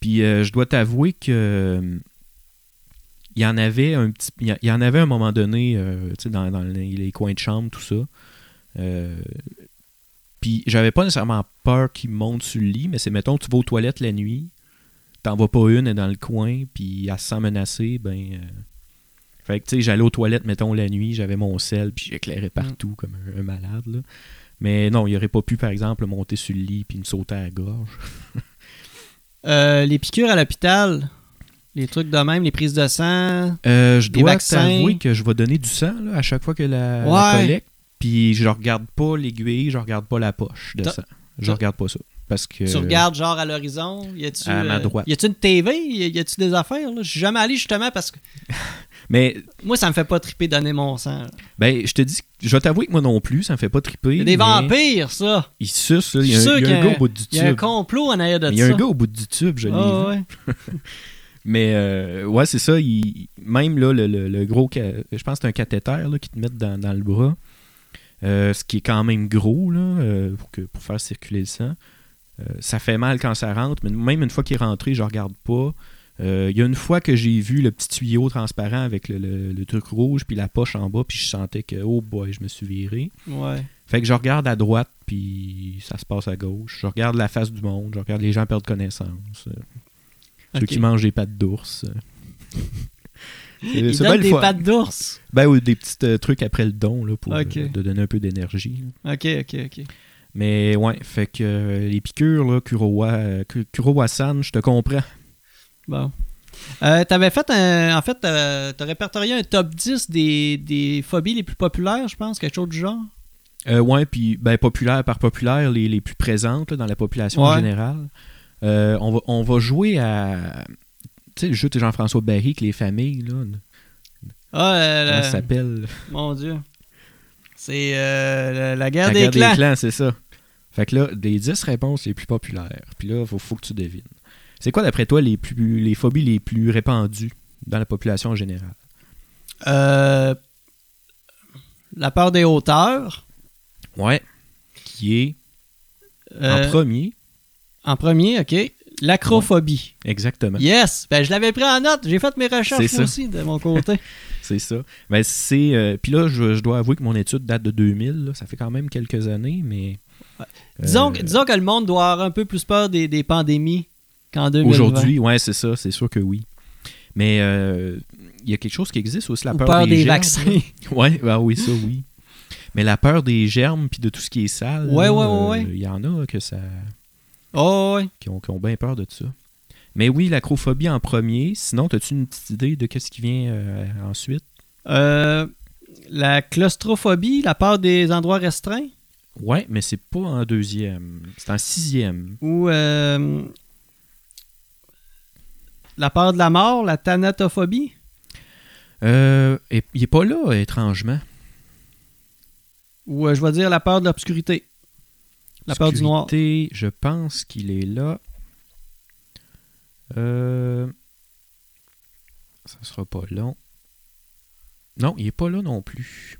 [SPEAKER 2] Puis, euh, je dois t'avouer que. euh, Il y en avait un petit. Il y a- il y en avait à un moment donné, euh, tu sais, dans, dans les, les coins de chambre, tout ça. Euh, puis, j'avais pas nécessairement peur qu'ils montent sur le lit, mais c'est, mettons, tu vas aux toilettes la nuit, t'en vas pas une, elle est dans le coin, puis elle se sent menacée, ben. euh, fait que, tu sais, j'allais aux toilettes, mettons, la nuit, j'avais mon sel, puis j'éclairais partout comme un, un malade, là. Mais non, il aurait pas pu, par exemple, monter sur le lit puis me sauter à la gorge.
[SPEAKER 1] Euh, les piqûres à l'hôpital, les trucs de même, les prises de sang.
[SPEAKER 2] Euh, je
[SPEAKER 1] Des
[SPEAKER 2] dois
[SPEAKER 1] vaccins.
[SPEAKER 2] t'avouer que je vais donner du sang, là, à chaque fois que la, la
[SPEAKER 1] Ouais.
[SPEAKER 2] collecte, puis je regarde pas l'aiguille, je regarde pas la poche de
[SPEAKER 1] T'as-
[SPEAKER 2] sang. Je
[SPEAKER 1] t'as-
[SPEAKER 2] regarde pas ça. Parce que...
[SPEAKER 1] Tu regardes genre à l'horizon, y a-tu
[SPEAKER 2] À ma
[SPEAKER 1] euh,
[SPEAKER 2] droite.
[SPEAKER 1] y a-tu une TV, y y a-tu des affaires là? Je suis jamais allé justement parce que
[SPEAKER 2] Mais,
[SPEAKER 1] moi ça me fait pas triper donner mon sang. là.
[SPEAKER 2] ben, je te dis, je vais t'avouer que moi non plus, ça me fait pas triper.
[SPEAKER 1] Des
[SPEAKER 2] mais
[SPEAKER 1] vampires ça.
[SPEAKER 2] Ils sucent, là. Il y
[SPEAKER 1] Je suis
[SPEAKER 2] a,
[SPEAKER 1] sûr
[SPEAKER 2] un- il y a
[SPEAKER 1] qu'il
[SPEAKER 2] un
[SPEAKER 1] y a-
[SPEAKER 2] gars au bout du
[SPEAKER 1] Il y a un
[SPEAKER 2] tube.
[SPEAKER 1] complot en arrière de
[SPEAKER 2] Mais
[SPEAKER 1] ça.
[SPEAKER 2] Il y a un gars au bout du tube, je l'ai vu.
[SPEAKER 1] Ah, ouais.
[SPEAKER 2] Mais euh, ouais, c'est ça. il- même là, le, le- le gros, ca- je pense que c'est un cathéter là, qu'ils te mettent dans, dans le bras, euh, ce qui est quand même gros là, euh, pour, que- pour faire circuler le sang. Euh, ça fait mal quand ça rentre, mais même une fois qu'il est rentré, je regarde pas. Euh, Il y a une fois que j'ai vu le petit tuyau transparent avec le, le- le truc rouge, puis la poche en bas, puis je sentais que, oh boy, je me suis viré.
[SPEAKER 1] Ouais.
[SPEAKER 2] Fait que je regarde à droite, puis ça se passe à gauche. Je regarde la face du monde, je regarde les gens perdre connaissance. euh, Ceux
[SPEAKER 1] Ok.
[SPEAKER 2] qui mangent des pâtes d'ours. [LAUGHS] euh.
[SPEAKER 1] Ils
[SPEAKER 2] C'est c'est bien
[SPEAKER 1] donnent
[SPEAKER 2] le
[SPEAKER 1] des
[SPEAKER 2] fun.
[SPEAKER 1] pattes d'ours.
[SPEAKER 2] Ben, ou des petits euh, trucs après le don là, pour
[SPEAKER 1] Ok.
[SPEAKER 2] euh, de donner un peu d'énergie. là.
[SPEAKER 1] OK, OK, OK.
[SPEAKER 2] Mais ouais, fait que euh, les piqûres, là, Kurowa, euh, Ku- Kurowasan, je te comprends.
[SPEAKER 1] Bon. Euh, t'avais fait un en fait euh, t'as répertorié un top 10 des, des phobies les plus populaires, je pense, quelque chose du genre.
[SPEAKER 2] Euh, ouais, puis ben, populaire par populaire, les, les plus présentes là, dans la population en
[SPEAKER 1] Ouais.
[SPEAKER 2] général. Euh, on, va, on va jouer à. Tu sais, le jeu de Jean-François Barry, que les familles, là.
[SPEAKER 1] Ah euh,
[SPEAKER 2] Comment
[SPEAKER 1] la-
[SPEAKER 2] ça s'appelle
[SPEAKER 1] mon dieu. C'est euh, la, la guerre, des,
[SPEAKER 2] La guerre
[SPEAKER 1] clans.
[SPEAKER 2] c'est ça. Fait que là, des 10 réponses les plus populaires. Puis là, il faut, faut que tu devines. C'est quoi, d'après toi, les, plus, les phobies les plus répandues dans la population en général?
[SPEAKER 1] Euh, la peur des hauteurs.
[SPEAKER 2] Ouais. Qui est en
[SPEAKER 1] Euh,
[SPEAKER 2] premier.
[SPEAKER 1] en premier, OK. L'acrophobie.
[SPEAKER 2] Exactement.
[SPEAKER 1] Yes! Ben, je l'avais pris en note. J'ai fait mes
[SPEAKER 2] C'est
[SPEAKER 1] recherches
[SPEAKER 2] ça. Euh,
[SPEAKER 1] moi aussi de mon
[SPEAKER 2] [LAUGHS]
[SPEAKER 1] côté.
[SPEAKER 2] C'est ça. Ben, c'est. euh, Puis là, je, je dois avouer que mon étude date de 2000. là. Ça fait quand même quelques années, mais.
[SPEAKER 1] disons, que-
[SPEAKER 2] euh,
[SPEAKER 1] disons que le monde doit avoir un peu plus peur des, des pandémies qu'en 2020.
[SPEAKER 2] Aujourd'hui, ouais, c'est ça. C'est sûr que oui. Mais euh, il y a quelque chose qui existe aussi, la
[SPEAKER 1] Ou
[SPEAKER 2] peur,
[SPEAKER 1] peur
[SPEAKER 2] des,
[SPEAKER 1] des
[SPEAKER 2] germes, là. [LAUGHS]
[SPEAKER 1] vaccins.
[SPEAKER 2] Ouais, ben oui, ça, oui. Mais la peur des germes puis de tout ce qui est sale.
[SPEAKER 1] Ouais,
[SPEAKER 2] là,
[SPEAKER 1] ouais, ouais,
[SPEAKER 2] euh,
[SPEAKER 1] ouais.
[SPEAKER 2] Il y en a que ça,
[SPEAKER 1] Oh, ouais.
[SPEAKER 2] qui ont, qui ont bien peur de ça. Mais oui, l'acrophobie en premier. Sinon, as-tu une petite idée de qu'est-ce qui vient euh, ensuite?
[SPEAKER 1] Euh, la claustrophobie, la peur des endroits restreints.
[SPEAKER 2] Ouais, mais c'est pas en deuxième. C'est en sixième.
[SPEAKER 1] Ou euh, la peur de la mort, la thanatophobie.
[SPEAKER 2] Euh, et- il est pas là, étrangement.
[SPEAKER 1] Ou euh, je vais dire la peur de l'obscurité. La peur du noir.
[SPEAKER 2] Obscurité, Je pense qu'il est là. Euh, Ça sera pas long. Non, il est pas là non plus.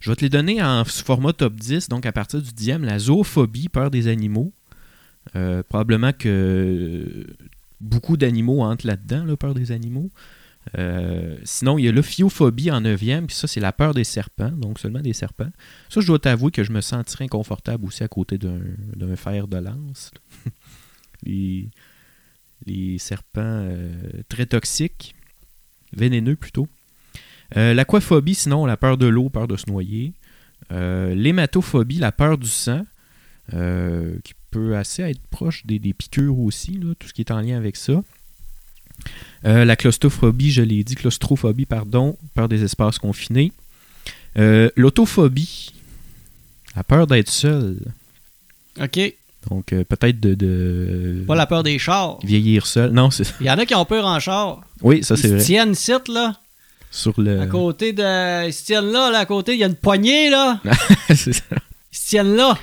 [SPEAKER 2] Je vais te les donner en sous format top 10, donc à partir du 10e, la zoophobie, peur des animaux. Euh, probablement que beaucoup d'animaux entrent là-dedans, la peur des animaux. Euh, sinon, il y a l'ophiophobie en 9e, puis ça, c'est la peur des serpents, donc seulement des serpents. Ça, je dois t'avouer que je me sentirais inconfortable aussi à côté d'un d'un fer de lance. là. [LAUGHS] les, les serpents euh, très toxiques, vénéneux plutôt. Euh, L'aquaphobie, sinon, la peur de l'eau, peur de se noyer. Euh, L'hématophobie, la peur du sang, euh, qui peut assez être proche des, des piqûres aussi, là, tout ce qui est en lien avec ça. Euh, la claustrophobie, je l'ai dit, claustrophobie, pardon, peur des espaces confinés. Euh, L'autophobie, la peur d'être seul.
[SPEAKER 1] OK.
[SPEAKER 2] Donc, euh, peut-être de, de-
[SPEAKER 1] Pas la peur des
[SPEAKER 2] [LAUGHS]
[SPEAKER 1] chars.
[SPEAKER 2] vieillir seul. Non, c'est
[SPEAKER 1] Il y en a qui ont peur en char.
[SPEAKER 2] Oui, ça
[SPEAKER 1] Ils
[SPEAKER 2] c'est
[SPEAKER 1] se
[SPEAKER 2] vrai. Euh.
[SPEAKER 1] tiennent site, là.
[SPEAKER 2] Sur le.
[SPEAKER 1] À côté de. Ils se tiennent là, là, à côté. Il y a une poignée, là.
[SPEAKER 2] [LAUGHS] C'est ça.
[SPEAKER 1] Ils se tiennent là.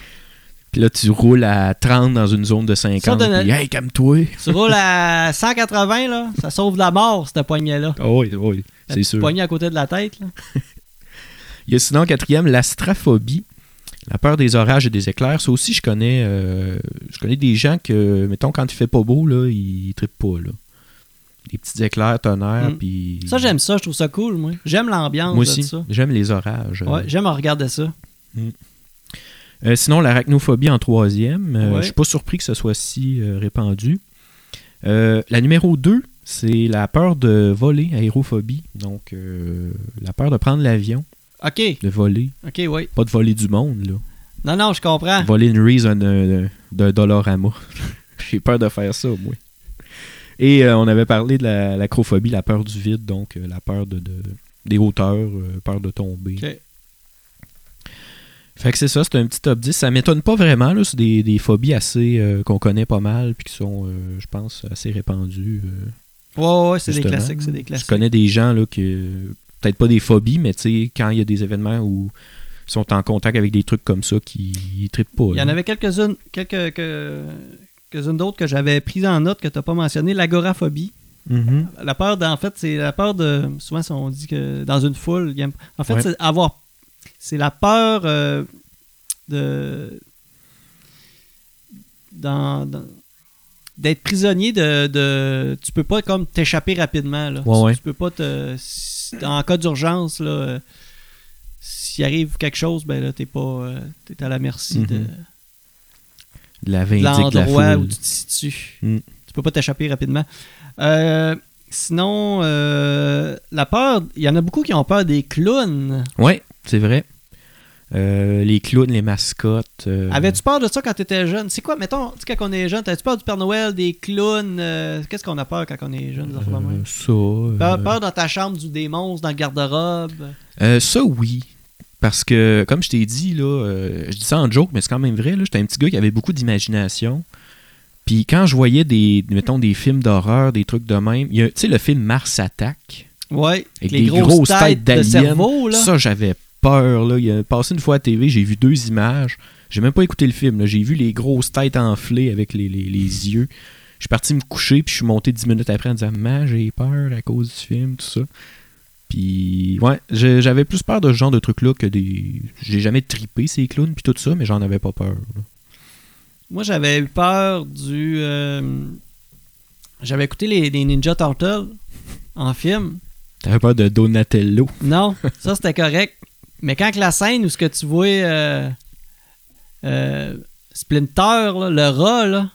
[SPEAKER 2] Puis là, tu roules à 30 dans une zone de 50.
[SPEAKER 1] Ça, de-
[SPEAKER 2] puis, hey, calme-toi.
[SPEAKER 1] Tu roules à 180, là. Ça sauve de la mort, cette poignée-là.
[SPEAKER 2] Ah oui, oui,
[SPEAKER 1] La
[SPEAKER 2] c'est
[SPEAKER 1] petite
[SPEAKER 2] sûr.
[SPEAKER 1] poignée à côté de la tête, là.
[SPEAKER 2] Il y a sinon, quatrième, l'astraphobie. La peur des orages et des éclairs. Ça aussi, je connais, euh, je connais des gens que, mettons, quand il fait pas beau, là, ils trippent pas. Là. Des petits éclairs, tonnerres,
[SPEAKER 1] Mm.
[SPEAKER 2] puis.
[SPEAKER 1] Ça, j'aime ça. Je trouve ça cool, moi. J'aime l'ambiance
[SPEAKER 2] Moi aussi, Euh.
[SPEAKER 1] de ça.
[SPEAKER 2] j'aime les orages.
[SPEAKER 1] Ouais, j'aime en regarder ça.
[SPEAKER 2] Euh, sinon, l'arachnophobie en troisième. Euh,
[SPEAKER 1] Ouais.
[SPEAKER 2] Je suis pas surpris que ce soit si euh, répandu. Euh, la numéro 2, c'est la peur de voler, aérophobie. Donc, euh, la peur de prendre l'avion,
[SPEAKER 1] OK,
[SPEAKER 2] de voler.
[SPEAKER 1] OK, oui.
[SPEAKER 2] Pas de voler du monde, là.
[SPEAKER 1] Non, non, je comprends.
[SPEAKER 2] Voler une reason euh, d'un Dollarama. [LAUGHS] J'ai peur de faire ça, moi. Et euh, on avait parlé de la- l'acrophobie, la peur du vide, donc euh, la peur de, de- des hauteurs, euh, peur de tomber.
[SPEAKER 1] OK.
[SPEAKER 2] Fait que c'est ça, c'est un petit top 10. Ça m'étonne pas vraiment, là, c'est des, des phobies assez euh, qu'on connaît pas mal puis qui sont, euh, je pense, assez répandues. euh,
[SPEAKER 1] Ouais, ouais, ouais, c'est des
[SPEAKER 2] justement.
[SPEAKER 1] classiques, c'est des classiques.
[SPEAKER 2] Je connais des gens là, que peut-être pas des phobies, mais tu sais, quand il y a des événements où ils sont en contact avec des trucs comme ça qui ils trippent pas.
[SPEAKER 1] Il y en
[SPEAKER 2] là.
[SPEAKER 1] avait quelques-unes quelques, que- quelques-unes d'autres que j'avais prises en note que tu n'as pas mentionné. L'agoraphobie.
[SPEAKER 2] Mhm.
[SPEAKER 1] La peur, d'en fait, c'est la peur de. Souvent, on dit que dans une foule, il y a- en fait,
[SPEAKER 2] Ouais.
[SPEAKER 1] c'est avoir. C'est la peur euh, de. dans- dans- d'être prisonnier de, de. Tu peux pas comme t'échapper rapidement. Là.
[SPEAKER 2] Ouais,
[SPEAKER 1] tu,
[SPEAKER 2] ouais.
[SPEAKER 1] tu peux pas te. si- en cas d'urgence, là. euh, S'il arrive quelque chose, ben là, t'es pas. euh, t'es à la merci de
[SPEAKER 2] Mhm. De la vindicte, de la
[SPEAKER 1] l'endroit où
[SPEAKER 2] foule.
[SPEAKER 1] tu te situes.
[SPEAKER 2] Mm.
[SPEAKER 1] Tu peux pas t'échapper rapidement. Euh, sinon, euh, la peur, il y en a beaucoup qui ont peur des clowns.
[SPEAKER 2] Ouais, c'est vrai. Euh, les clowns, les mascottes. euh,
[SPEAKER 1] Avais-tu peur de ça quand tu étais jeune? C'est quoi, mettons, tu sais, quand on est jeune, t'avais-tu peur du Père Noël, des clowns? euh, Qu'est-ce qu'on a peur quand on est jeune? des enfants de même?
[SPEAKER 2] euh, ça. euh,
[SPEAKER 1] Peur, peur dans ta chambre du des monstres, dans le garde-robe.
[SPEAKER 2] Euh, ça, oui. Parce que, comme je t'ai dit, là, euh, je dis ça en joke, mais c'est quand même vrai. là, J'étais un petit gars qui avait beaucoup d'imagination. Puis quand je voyais des, mettons, des films d'horreur, des trucs de même, il y a- tu sais, le film Mars Attack,
[SPEAKER 1] Ouais,
[SPEAKER 2] avec des grosses têtes
[SPEAKER 1] de
[SPEAKER 2] d'aliens,
[SPEAKER 1] cerveau, là.
[SPEAKER 2] ça, j'avais peur. Là. Il y a passé une fois à TV, j'ai vu deux images. J'ai même pas écouté le film. là. J'ai vu les grosses têtes enflées avec les, les- les yeux. Je suis parti me coucher, puis je suis monté 10 minutes après en disant Man, j'ai peur à cause du film, tout ça. Puis, ouais, je- j'avais plus peur de ce genre de truc-là que des. J'ai jamais tripé ces clowns, puis tout ça, mais j'en avais pas peur. là.
[SPEAKER 1] Moi, j'avais eu peur du. euh, j'avais écouté les, les Ninja Turtles en film.
[SPEAKER 2] T'avais peur de Donatello.
[SPEAKER 1] Non, ça c'était correct. Mais quand que la scène où ce que tu vois euh, euh, Splinter, là, le rat, là,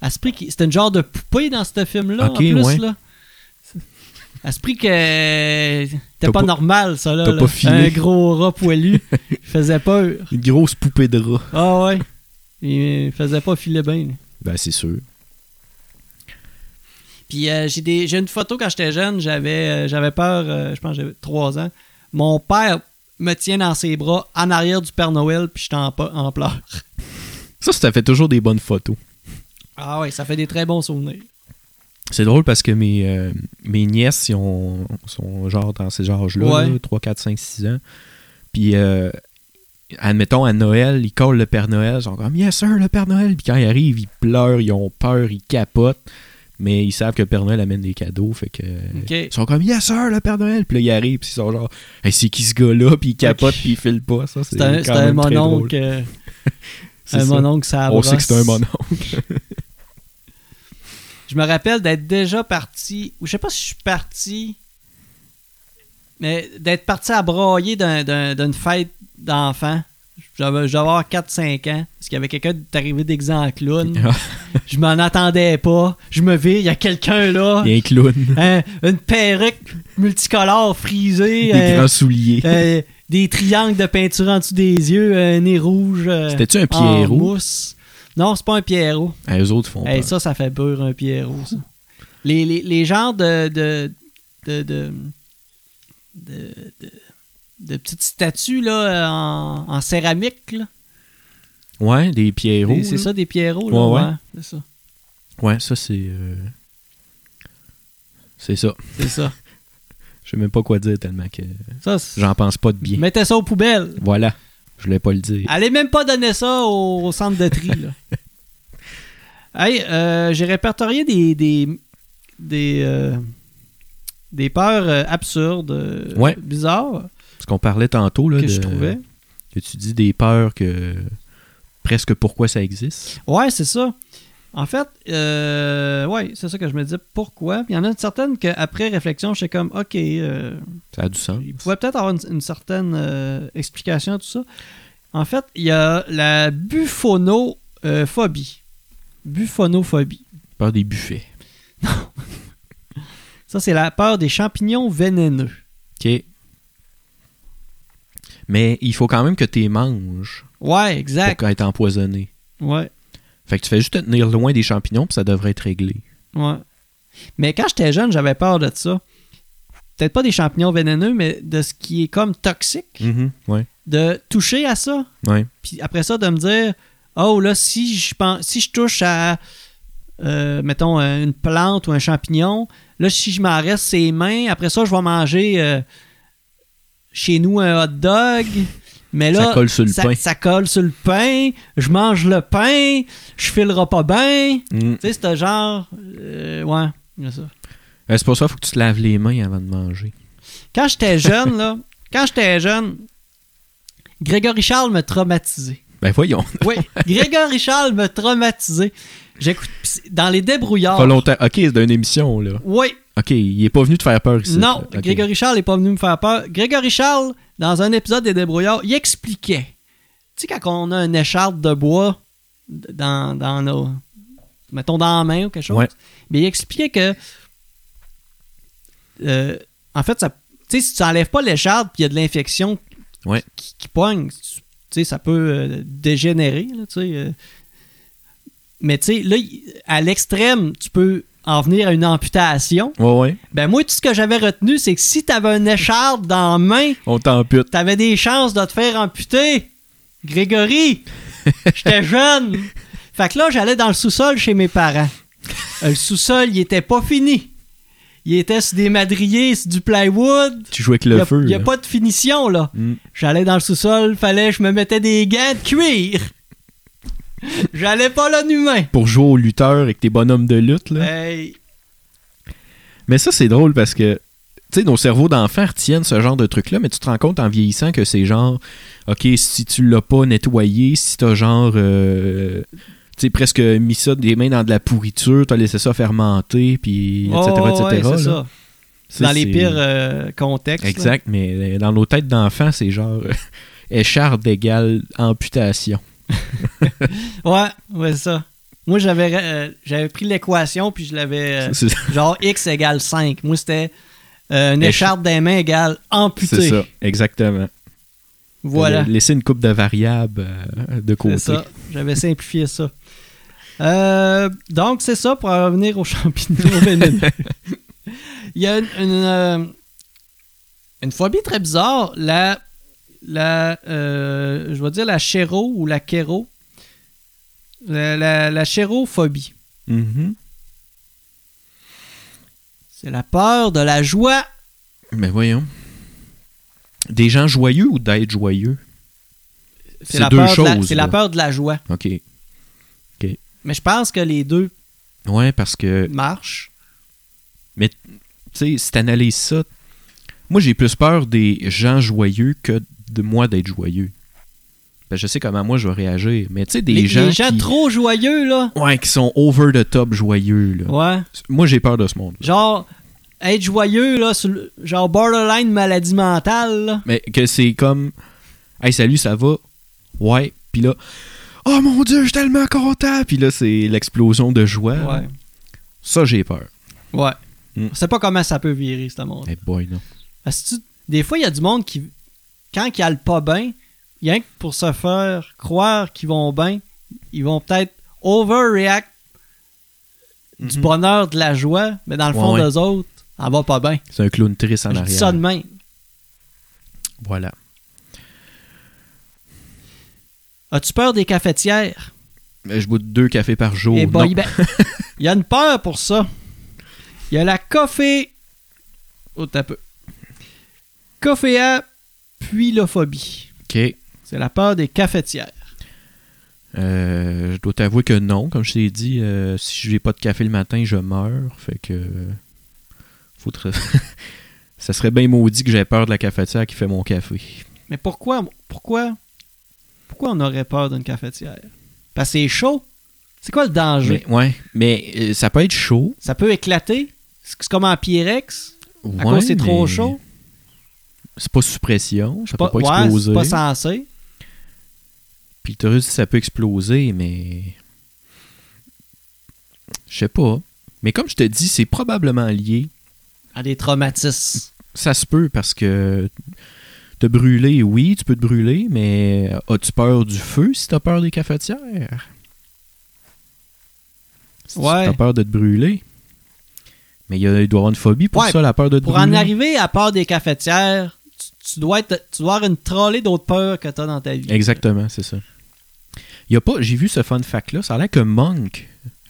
[SPEAKER 1] à ce prix qu'il- c'était une genre de poupée dans ce film-là,
[SPEAKER 2] Ok,
[SPEAKER 1] en plus,
[SPEAKER 2] ouais.
[SPEAKER 1] là. À ce prix que c'était
[SPEAKER 2] T'as
[SPEAKER 1] pas,
[SPEAKER 2] pas-
[SPEAKER 1] normal, ça, là.
[SPEAKER 2] t'as
[SPEAKER 1] là.
[SPEAKER 2] pas filé.
[SPEAKER 1] Un gros rat
[SPEAKER 2] [LAUGHS]
[SPEAKER 1] poilu, il faisait peur.
[SPEAKER 2] Une grosse poupée de rat.
[SPEAKER 1] Ah ouais, il faisait pas filer bien. là.
[SPEAKER 2] Ben, c'est sûr.
[SPEAKER 1] Puis euh, j'ai des- j'ai une photo quand j'étais jeune, j'avais euh, j'avais peur, euh, je pense que j'avais 3 ans. Mon père me tient dans ses bras en arrière du Père Noël, puis j'étais en, pa- en pleurs.
[SPEAKER 2] Ça, ça fait toujours des bonnes photos.
[SPEAKER 1] Ah oui, ça fait des très bons souvenirs.
[SPEAKER 2] C'est drôle parce que mes, euh, mes nièces ils ont- sont genre dans ces âges-là,
[SPEAKER 1] Ouais.
[SPEAKER 2] là, 3, 4, 5, 6 ans. Puis, euh, admettons, à Noël, ils collent le Père Noël. Ils sont comme, yes sir, le Père Noël. Puis quand ils arrivent, ils pleurent, ils ont peur, ils capotent. Mais ils savent que le Père Noël amène des cadeaux. Fait que.
[SPEAKER 1] Ok.
[SPEAKER 2] Ils sont comme, yes sir, le Père Noël. Puis là, ils arrivent, puis ils sont genre, Hey, c'est qui ce gars-là? Puis ils capotent, puis ils filent pas. Ça, c'est
[SPEAKER 1] C'était
[SPEAKER 2] quand
[SPEAKER 1] un
[SPEAKER 2] même très drôle.
[SPEAKER 1] mononcle. euh,
[SPEAKER 2] C'est
[SPEAKER 1] Un
[SPEAKER 2] ça.
[SPEAKER 1] mononcle, ça
[SPEAKER 2] On sait que c'est un
[SPEAKER 1] brosse.
[SPEAKER 2] mononcle.
[SPEAKER 1] Je me rappelle d'être déjà parti, ou je sais pas si je suis parti, mais d'être parti à broyer d'un- d'un- d'une fête d'enfants. J'avais j'avais avoir 4-5 ans, parce qu'il y avait quelqu'un d'arrivé déguisé en
[SPEAKER 2] [LAUGHS]
[SPEAKER 1] clown. Je m'en attendais pas. Je me vis, il y a quelqu'un là.
[SPEAKER 2] Il y a un clown,
[SPEAKER 1] Hein, une perruque multicolore frisée.
[SPEAKER 2] des
[SPEAKER 1] euh,
[SPEAKER 2] grands souliers.
[SPEAKER 1] euh, des triangles de peinture en dessous des yeux. Un nez rouge. euh,
[SPEAKER 2] C'était-tu un
[SPEAKER 1] en
[SPEAKER 2] Pierrot?
[SPEAKER 1] mousse. Non, c'est pas un Pierrot.
[SPEAKER 2] Ah, eux autres font
[SPEAKER 1] Hey,
[SPEAKER 2] peur.
[SPEAKER 1] ça, ça fait peur, un Pierrot. ça. Les, les, les genres de. de, de, de, de, de- de petites statues là, en, en céramique. là.
[SPEAKER 2] Ouais, des Pierrots.
[SPEAKER 1] Des- C'est
[SPEAKER 2] là.
[SPEAKER 1] ça, des Pierrots. là,
[SPEAKER 2] Ouais, ouais.
[SPEAKER 1] c'est ça.
[SPEAKER 2] Ouais, ça c'est. euh, C'est ça.
[SPEAKER 1] C'est ça.
[SPEAKER 2] Je sais même pas quoi dire tellement que
[SPEAKER 1] ça c'est-
[SPEAKER 2] j'en pense pas de bien.
[SPEAKER 1] Mettez ça aux poubelles.
[SPEAKER 2] Voilà. Je voulais pas le dire.
[SPEAKER 1] Allez même pas donner ça au, au centre de tri.
[SPEAKER 2] [LAUGHS]
[SPEAKER 1] là. hey, euh, j'ai répertorié des des des, euh, des peurs euh, absurdes, euh,
[SPEAKER 2] Ouais.
[SPEAKER 1] bizarres
[SPEAKER 2] Parce qu'on parlait tantôt là,
[SPEAKER 1] que
[SPEAKER 2] de-
[SPEAKER 1] je trouvais.
[SPEAKER 2] que tu dis des peurs que presque pourquoi ça existe.
[SPEAKER 1] Ouais, c'est ça. En fait, euh, ouais, c'est ça que je me disais. Pourquoi Puis Il y en a une certaine qu'après réflexion, j'étais comme, ok, euh,
[SPEAKER 2] Ça a du sens.
[SPEAKER 1] il pouvait peut-être avoir une, une certaine euh, explication à tout ça. En fait, il y a la buffonophobie. Buffonophobie.
[SPEAKER 2] Peur des buffets.
[SPEAKER 1] Ça, c'est la peur des champignons vénéneux.
[SPEAKER 2] OK. Mais il faut quand même que tu les manges
[SPEAKER 1] Ouais, exact.
[SPEAKER 2] pour être empoisonné.
[SPEAKER 1] Ouais,
[SPEAKER 2] Fait que tu fais juste te tenir loin des champignons puis ça devrait être réglé.
[SPEAKER 1] ouais. Mais quand j'étais jeune, j'avais peur de ça. Peut-être pas des champignons vénéneux, mais de ce qui est comme toxique.
[SPEAKER 2] Ouais.
[SPEAKER 1] De toucher à ça.
[SPEAKER 2] Ouais.
[SPEAKER 1] Puis après ça, de me dire Oh là, si je pense si je touche à euh, mettons euh, une plante ou un champignon, là si je m'en reste ses mains, après ça je vais manger euh, chez nous un hot dog. Mais là,
[SPEAKER 2] Ça colle sur le
[SPEAKER 1] ça,
[SPEAKER 2] pain.
[SPEAKER 1] ça colle sur le pain. Je mange le pain. Je filerai pas bien.
[SPEAKER 2] Mhm.
[SPEAKER 1] Tu sais, c'est genre. euh, ouais, c'est ça.
[SPEAKER 2] Euh, C'est pour ça qu'il faut que tu te laves les mains avant de manger.
[SPEAKER 1] Quand j'étais jeune, là, quand j'étais jeune, Grégory Charles me traumatisait.
[SPEAKER 2] Ben voyons.
[SPEAKER 1] Oui, [LAUGHS] Grégory Charles m'a traumatisé. J'écoute pis c'est- dans les débrouillards.
[SPEAKER 2] Pas longtemps. Ok, c'est d'une émission, là.
[SPEAKER 1] Oui,
[SPEAKER 2] Ok, il est pas venu te faire peur ici.
[SPEAKER 1] non,
[SPEAKER 2] là. Ok.
[SPEAKER 1] Grégory Charles n'est pas venu me faire peur. Grégory Charles, dans un épisode des débrouillards, il expliquait. Tu sais, quand on a une écharpe de bois d- dans, dans nos. mettons dans la main ou quelque chose,
[SPEAKER 2] Ouais.
[SPEAKER 1] mais il expliquait que. euh, en fait, ça. Tu sais, si tu n'enlèves pas l'écharpe puis il y a de l'infection
[SPEAKER 2] Ouais.
[SPEAKER 1] qui, qui pogne, tu sais, ça peut euh, dégénérer, là, tu sais. euh. Mais tu sais, là, il- à l'extrême, tu peux en venir à une amputation.
[SPEAKER 2] Ouais, ouais.
[SPEAKER 1] Ben moi, tout ce que j'avais retenu, c'est que si t'avais un écharpe dans la main,
[SPEAKER 2] On t'ampute.
[SPEAKER 1] t'avais des chances de te faire amputer.
[SPEAKER 2] [LAUGHS]
[SPEAKER 1] Grégory, j'étais jeune. Fait que là, j'allais dans le sous-sol chez mes parents. Euh, Le sous-sol, il était pas fini. Il était sur des madriers, sur du plywood.
[SPEAKER 2] Tu joues avec
[SPEAKER 1] Il
[SPEAKER 2] le
[SPEAKER 1] y a,
[SPEAKER 2] feu.
[SPEAKER 1] y a
[SPEAKER 2] là.
[SPEAKER 1] pas de finition, là.
[SPEAKER 2] Mm.
[SPEAKER 1] J'allais dans le sous-sol, fallait je me mettais des gants de cuir. J'allais pas l'un humain.
[SPEAKER 2] pour jouer au lutteur avec tes bonhommes de lutte. Là.
[SPEAKER 1] Hey.
[SPEAKER 2] Mais ça, c'est drôle parce que, tu sais, nos cerveaux d'enfants retiennent ce genre de truc-là, mais tu te rends compte en vieillissant que c'est genre, OK, si tu l'as pas nettoyé, si t'as genre, euh, tu sais, presque mis ça des mains dans de la pourriture, t'as laissé ça fermenter, puis etc.,
[SPEAKER 1] Oh, ouais,
[SPEAKER 2] etc.
[SPEAKER 1] c'est
[SPEAKER 2] là.
[SPEAKER 1] ça.
[SPEAKER 2] Ça,
[SPEAKER 1] Dans les
[SPEAKER 2] c'est-
[SPEAKER 1] pires euh, contextes. là.
[SPEAKER 2] Exact, mais euh, dans nos têtes d'enfants, c'est genre euh, [LAUGHS] écharde égale amputation.
[SPEAKER 1] Ouais, ouais, c'est ça. Moi, j'avais euh, j'avais pris l'équation, puis je l'avais. euh,
[SPEAKER 2] C'est-
[SPEAKER 1] genre X égale 5. Moi, c'était euh, une
[SPEAKER 2] Écha-
[SPEAKER 1] écharpe des mains égale
[SPEAKER 2] C'est
[SPEAKER 1] amputée.
[SPEAKER 2] ça, exactement.
[SPEAKER 1] Voilà.
[SPEAKER 2] Laisser une coupe de variables euh, de côté.
[SPEAKER 1] C'est ça. J'avais simplifié ça. Euh, donc, c'est ça pour en revenir aux champignons
[SPEAKER 2] [LAUGHS]
[SPEAKER 1] vénéneux. Il y a une, une, euh, une phobie très bizarre. La, la euh, je vais dire la chéro ou la kéro. La, la, la chérophobie.
[SPEAKER 2] Mhm.
[SPEAKER 1] C'est la peur de la joie.
[SPEAKER 2] Mais voyons. Des gens joyeux ou d'être joyeux? C'est
[SPEAKER 1] la
[SPEAKER 2] deux
[SPEAKER 1] peur de la-
[SPEAKER 2] choses,
[SPEAKER 1] C'est la
[SPEAKER 2] là.
[SPEAKER 1] peur de la joie.
[SPEAKER 2] OK.
[SPEAKER 1] Mais je pense que les deux
[SPEAKER 2] Ouais, parce que, tu
[SPEAKER 1] marchent.
[SPEAKER 2] sais, si t'analyses ça, moi, j'ai plus peur des gens joyeux que de moi d'être joyeux. Parce que je sais comment moi je vais réagir. Mais tu sais, des
[SPEAKER 1] les,
[SPEAKER 2] gens,
[SPEAKER 1] les gens
[SPEAKER 2] qui,
[SPEAKER 1] trop joyeux, là.
[SPEAKER 2] ouais, qui sont over the top joyeux. là.
[SPEAKER 1] Ouais.
[SPEAKER 2] Moi, j'ai peur de ce monde.
[SPEAKER 1] Genre, être joyeux, là, sur le- genre borderline maladie mentale, là.
[SPEAKER 2] Mais que c'est comme Hey salut, ça va? Ouais. Puis là Oh mon dieu, je suis tellement content! Puis là, c'est l'explosion de joie. Ça, j'ai peur.
[SPEAKER 1] Ouais.
[SPEAKER 2] Mm.
[SPEAKER 1] On sait pas comment ça peut virer, ce monde.
[SPEAKER 2] Eh boy, non.
[SPEAKER 1] Parce que tu- Des fois, il y a du monde qui, quand ils allent pas bien, rien que pour se faire croire qu'ils vont bien, ils vont peut-être overreact du
[SPEAKER 2] Mhm.
[SPEAKER 1] bonheur, de la joie, mais dans le
[SPEAKER 2] Ouais,
[SPEAKER 1] fond,
[SPEAKER 2] ouais.
[SPEAKER 1] d'eux autres, ça va pas bien.
[SPEAKER 2] C'est un clown triste en
[SPEAKER 1] Je dis
[SPEAKER 2] arrière.
[SPEAKER 1] ça de même.
[SPEAKER 2] Voilà.
[SPEAKER 1] As-tu peur des cafetières?
[SPEAKER 2] Mais je bois deux cafés par jour.
[SPEAKER 1] Eh boy,
[SPEAKER 2] Oh, Non.
[SPEAKER 1] ben,
[SPEAKER 2] [LAUGHS]
[SPEAKER 1] il y a une peur pour ça. Il y a la coffée. Oh, t'as peu. Cophéa puilophobie.
[SPEAKER 2] OK.
[SPEAKER 1] C'est la peur des cafetières.
[SPEAKER 2] Euh, je dois t'avouer que non. Comme je t'ai dit, euh, si je n'ai pas de café le matin, je meurs. Fait que. euh, faudrait- [LAUGHS] ça serait bien maudit que j'ai peur de la cafetière qui fait mon café.
[SPEAKER 1] Mais pourquoi pourquoi pourquoi on aurait peur d'une cafetière Parce que c'est chaud. C'est quoi le danger
[SPEAKER 2] Mais, ouais. Mais euh, ça peut être chaud.
[SPEAKER 1] Ça peut éclater. C'est c'est comme en Pyrex. À
[SPEAKER 2] Ouais,
[SPEAKER 1] cause c'est trop
[SPEAKER 2] mais-
[SPEAKER 1] chaud.
[SPEAKER 2] c'est pas sous pression, ça
[SPEAKER 1] Pas,
[SPEAKER 2] peut
[SPEAKER 1] ouais,
[SPEAKER 2] pas exploser.
[SPEAKER 1] c'est pas censé.
[SPEAKER 2] Puis le torus, ça peut exploser, mais. Je sais pas. Mais comme je te dis, c'est probablement lié.
[SPEAKER 1] À des traumatismes.
[SPEAKER 2] Ça se peut parce que te brûler, oui, tu peux te brûler, mais as-tu peur du feu si t'as peur des cafetières? Si
[SPEAKER 1] Ouais.
[SPEAKER 2] t'as peur de te brûler. Mais il, y a- il doit y avoir une phobie pour
[SPEAKER 1] Ouais,
[SPEAKER 2] ça, la peur de te
[SPEAKER 1] Pour en
[SPEAKER 2] brûler.
[SPEAKER 1] arriver à peur des cafetières, tu, tu dois être, tu dois avoir une trollée d'autres peurs que t'as dans ta vie.
[SPEAKER 2] Exactement, c'est ça. Il y a pas, j'ai vu ce fun fact là, ça a l'air que Monk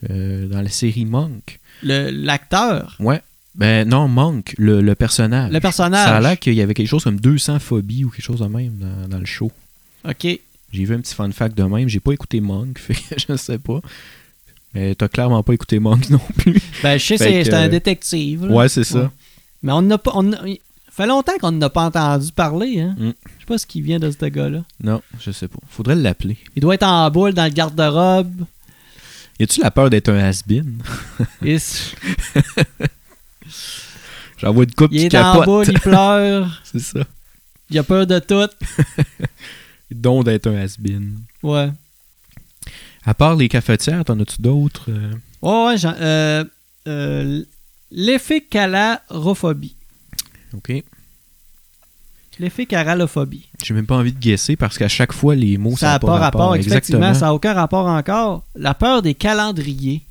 [SPEAKER 2] euh, dans la série Monk.
[SPEAKER 1] Le- L'acteur,
[SPEAKER 2] Ouais. Ben non, Monk, le, le personnage.
[SPEAKER 1] le personnage.
[SPEAKER 2] Ça a l'air qu'il y avait quelque chose comme 200 phobies ou quelque chose de même dans, dans le show.
[SPEAKER 1] OK.
[SPEAKER 2] J'ai vu un petit fun fact de même, j'ai pas écouté Monk, [LAUGHS] fait que je sais pas. Mais t'as clairement pas écouté Monk non plus.
[SPEAKER 1] Ben, je sais,
[SPEAKER 2] Fait
[SPEAKER 1] c'est
[SPEAKER 2] que-
[SPEAKER 1] c'est un détective. là.
[SPEAKER 2] [LAUGHS] Ouais, c'est ça.
[SPEAKER 1] Mais on n'a pas. On n'a- il fait longtemps qu'on n'a pas entendu parler. Hein?
[SPEAKER 2] Mm.
[SPEAKER 1] Je sais pas ce qui vient de ce gars-là.
[SPEAKER 2] Non, je sais pas. Faudrait l'appeler.
[SPEAKER 1] Il doit être en boule dans le garde-robe.
[SPEAKER 2] Y a-tu la peur d'être un has-been? [LAUGHS]
[SPEAKER 1] il s-
[SPEAKER 2] J'en vois une coupe
[SPEAKER 1] il
[SPEAKER 2] qui
[SPEAKER 1] est en boule,
[SPEAKER 2] capote. [LAUGHS]
[SPEAKER 1] il pleure.
[SPEAKER 2] C'est ça.
[SPEAKER 1] Il a peur de tout.
[SPEAKER 2] Don d'être un has-been.
[SPEAKER 1] Ouais.
[SPEAKER 2] À part les cafetières, t'en as-tu d'autres? euh?
[SPEAKER 1] Ouais, ouais, j'en- euh, euh, L'éphécalarophobie.
[SPEAKER 2] OK.
[SPEAKER 1] L'éphécalalophobie.
[SPEAKER 2] J'ai même pas envie de guesser parce qu'à chaque fois, les
[SPEAKER 1] ça
[SPEAKER 2] mots Oh, ça
[SPEAKER 1] n'a pas rapport, effectivement,
[SPEAKER 2] Exactement.
[SPEAKER 1] ça n'a aucun rapport encore. La peur des calendriers.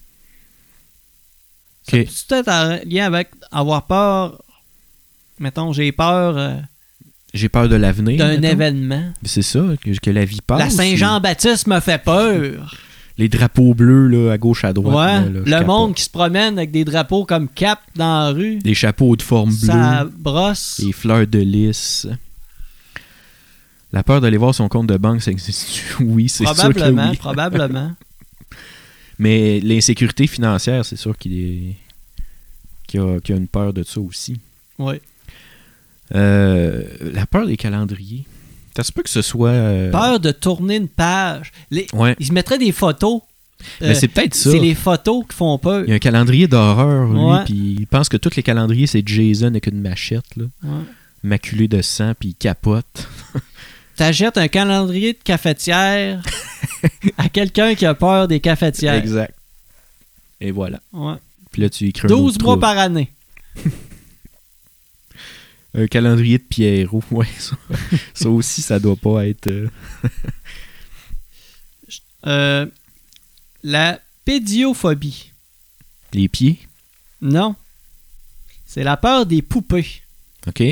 [SPEAKER 2] Ok.
[SPEAKER 1] C'est peut-être en lien avec avoir peur. Mettons, j'ai peur euh,
[SPEAKER 2] J'ai peur de l'avenir.
[SPEAKER 1] d'un
[SPEAKER 2] mettons.
[SPEAKER 1] événement.
[SPEAKER 2] C'est ça, que, que la vie passe.
[SPEAKER 1] La Saint-Jean-Baptiste me fait peur.
[SPEAKER 2] Les drapeaux bleus là, à gauche, à droite.
[SPEAKER 1] Ouais.
[SPEAKER 2] là, là, je
[SPEAKER 1] le
[SPEAKER 2] capote.
[SPEAKER 1] monde qui se promène avec des drapeaux comme cap dans la rue,
[SPEAKER 2] Des chapeaux de forme bleue.
[SPEAKER 1] ça brosse.
[SPEAKER 2] Les fleurs de lys. La peur d'aller voir son compte de banque, ça existe [LAUGHS] Oui, c'est sûr que
[SPEAKER 1] Probablement,
[SPEAKER 2] oui.
[SPEAKER 1] probablement.
[SPEAKER 2] [LAUGHS] Mais l'insécurité financière, c'est sûr qu'il est... qu'il y a, qu'il y a une peur de ça aussi.
[SPEAKER 1] Oui.
[SPEAKER 2] Euh, la peur des calendriers. Ça se peut que ce soit... euh,
[SPEAKER 1] Peur de tourner une page. Les-
[SPEAKER 2] Ouais.
[SPEAKER 1] Ils se mettraient des photos.
[SPEAKER 2] Mais
[SPEAKER 1] Euh,
[SPEAKER 2] c'est peut-être ça.
[SPEAKER 1] C'est les photos qui font peur.
[SPEAKER 2] Il y a un calendrier d'horreur, lui,
[SPEAKER 1] Ouais.
[SPEAKER 2] puis il pense que tous les calendriers, c'est Jason avec une machette, là,
[SPEAKER 1] Ouais.
[SPEAKER 2] maculée de sang, puis il capote.
[SPEAKER 1] T'achètes un calendrier de
[SPEAKER 2] [LAUGHS]
[SPEAKER 1] cafetière à quelqu'un qui a peur des cafetières.
[SPEAKER 2] Exact. Et voilà.
[SPEAKER 1] Ouais.
[SPEAKER 2] Puis là, tu écris un
[SPEAKER 1] 12
[SPEAKER 2] autre
[SPEAKER 1] mois
[SPEAKER 2] trou.
[SPEAKER 1] par année.
[SPEAKER 2] Un calendrier de Pierrot, [LAUGHS] ouais. Ça, ça aussi, ça doit pas être... euh,
[SPEAKER 1] Euh, la pédiophobie.
[SPEAKER 2] Les pieds,
[SPEAKER 1] Non. C'est la peur des poupées.
[SPEAKER 2] OK.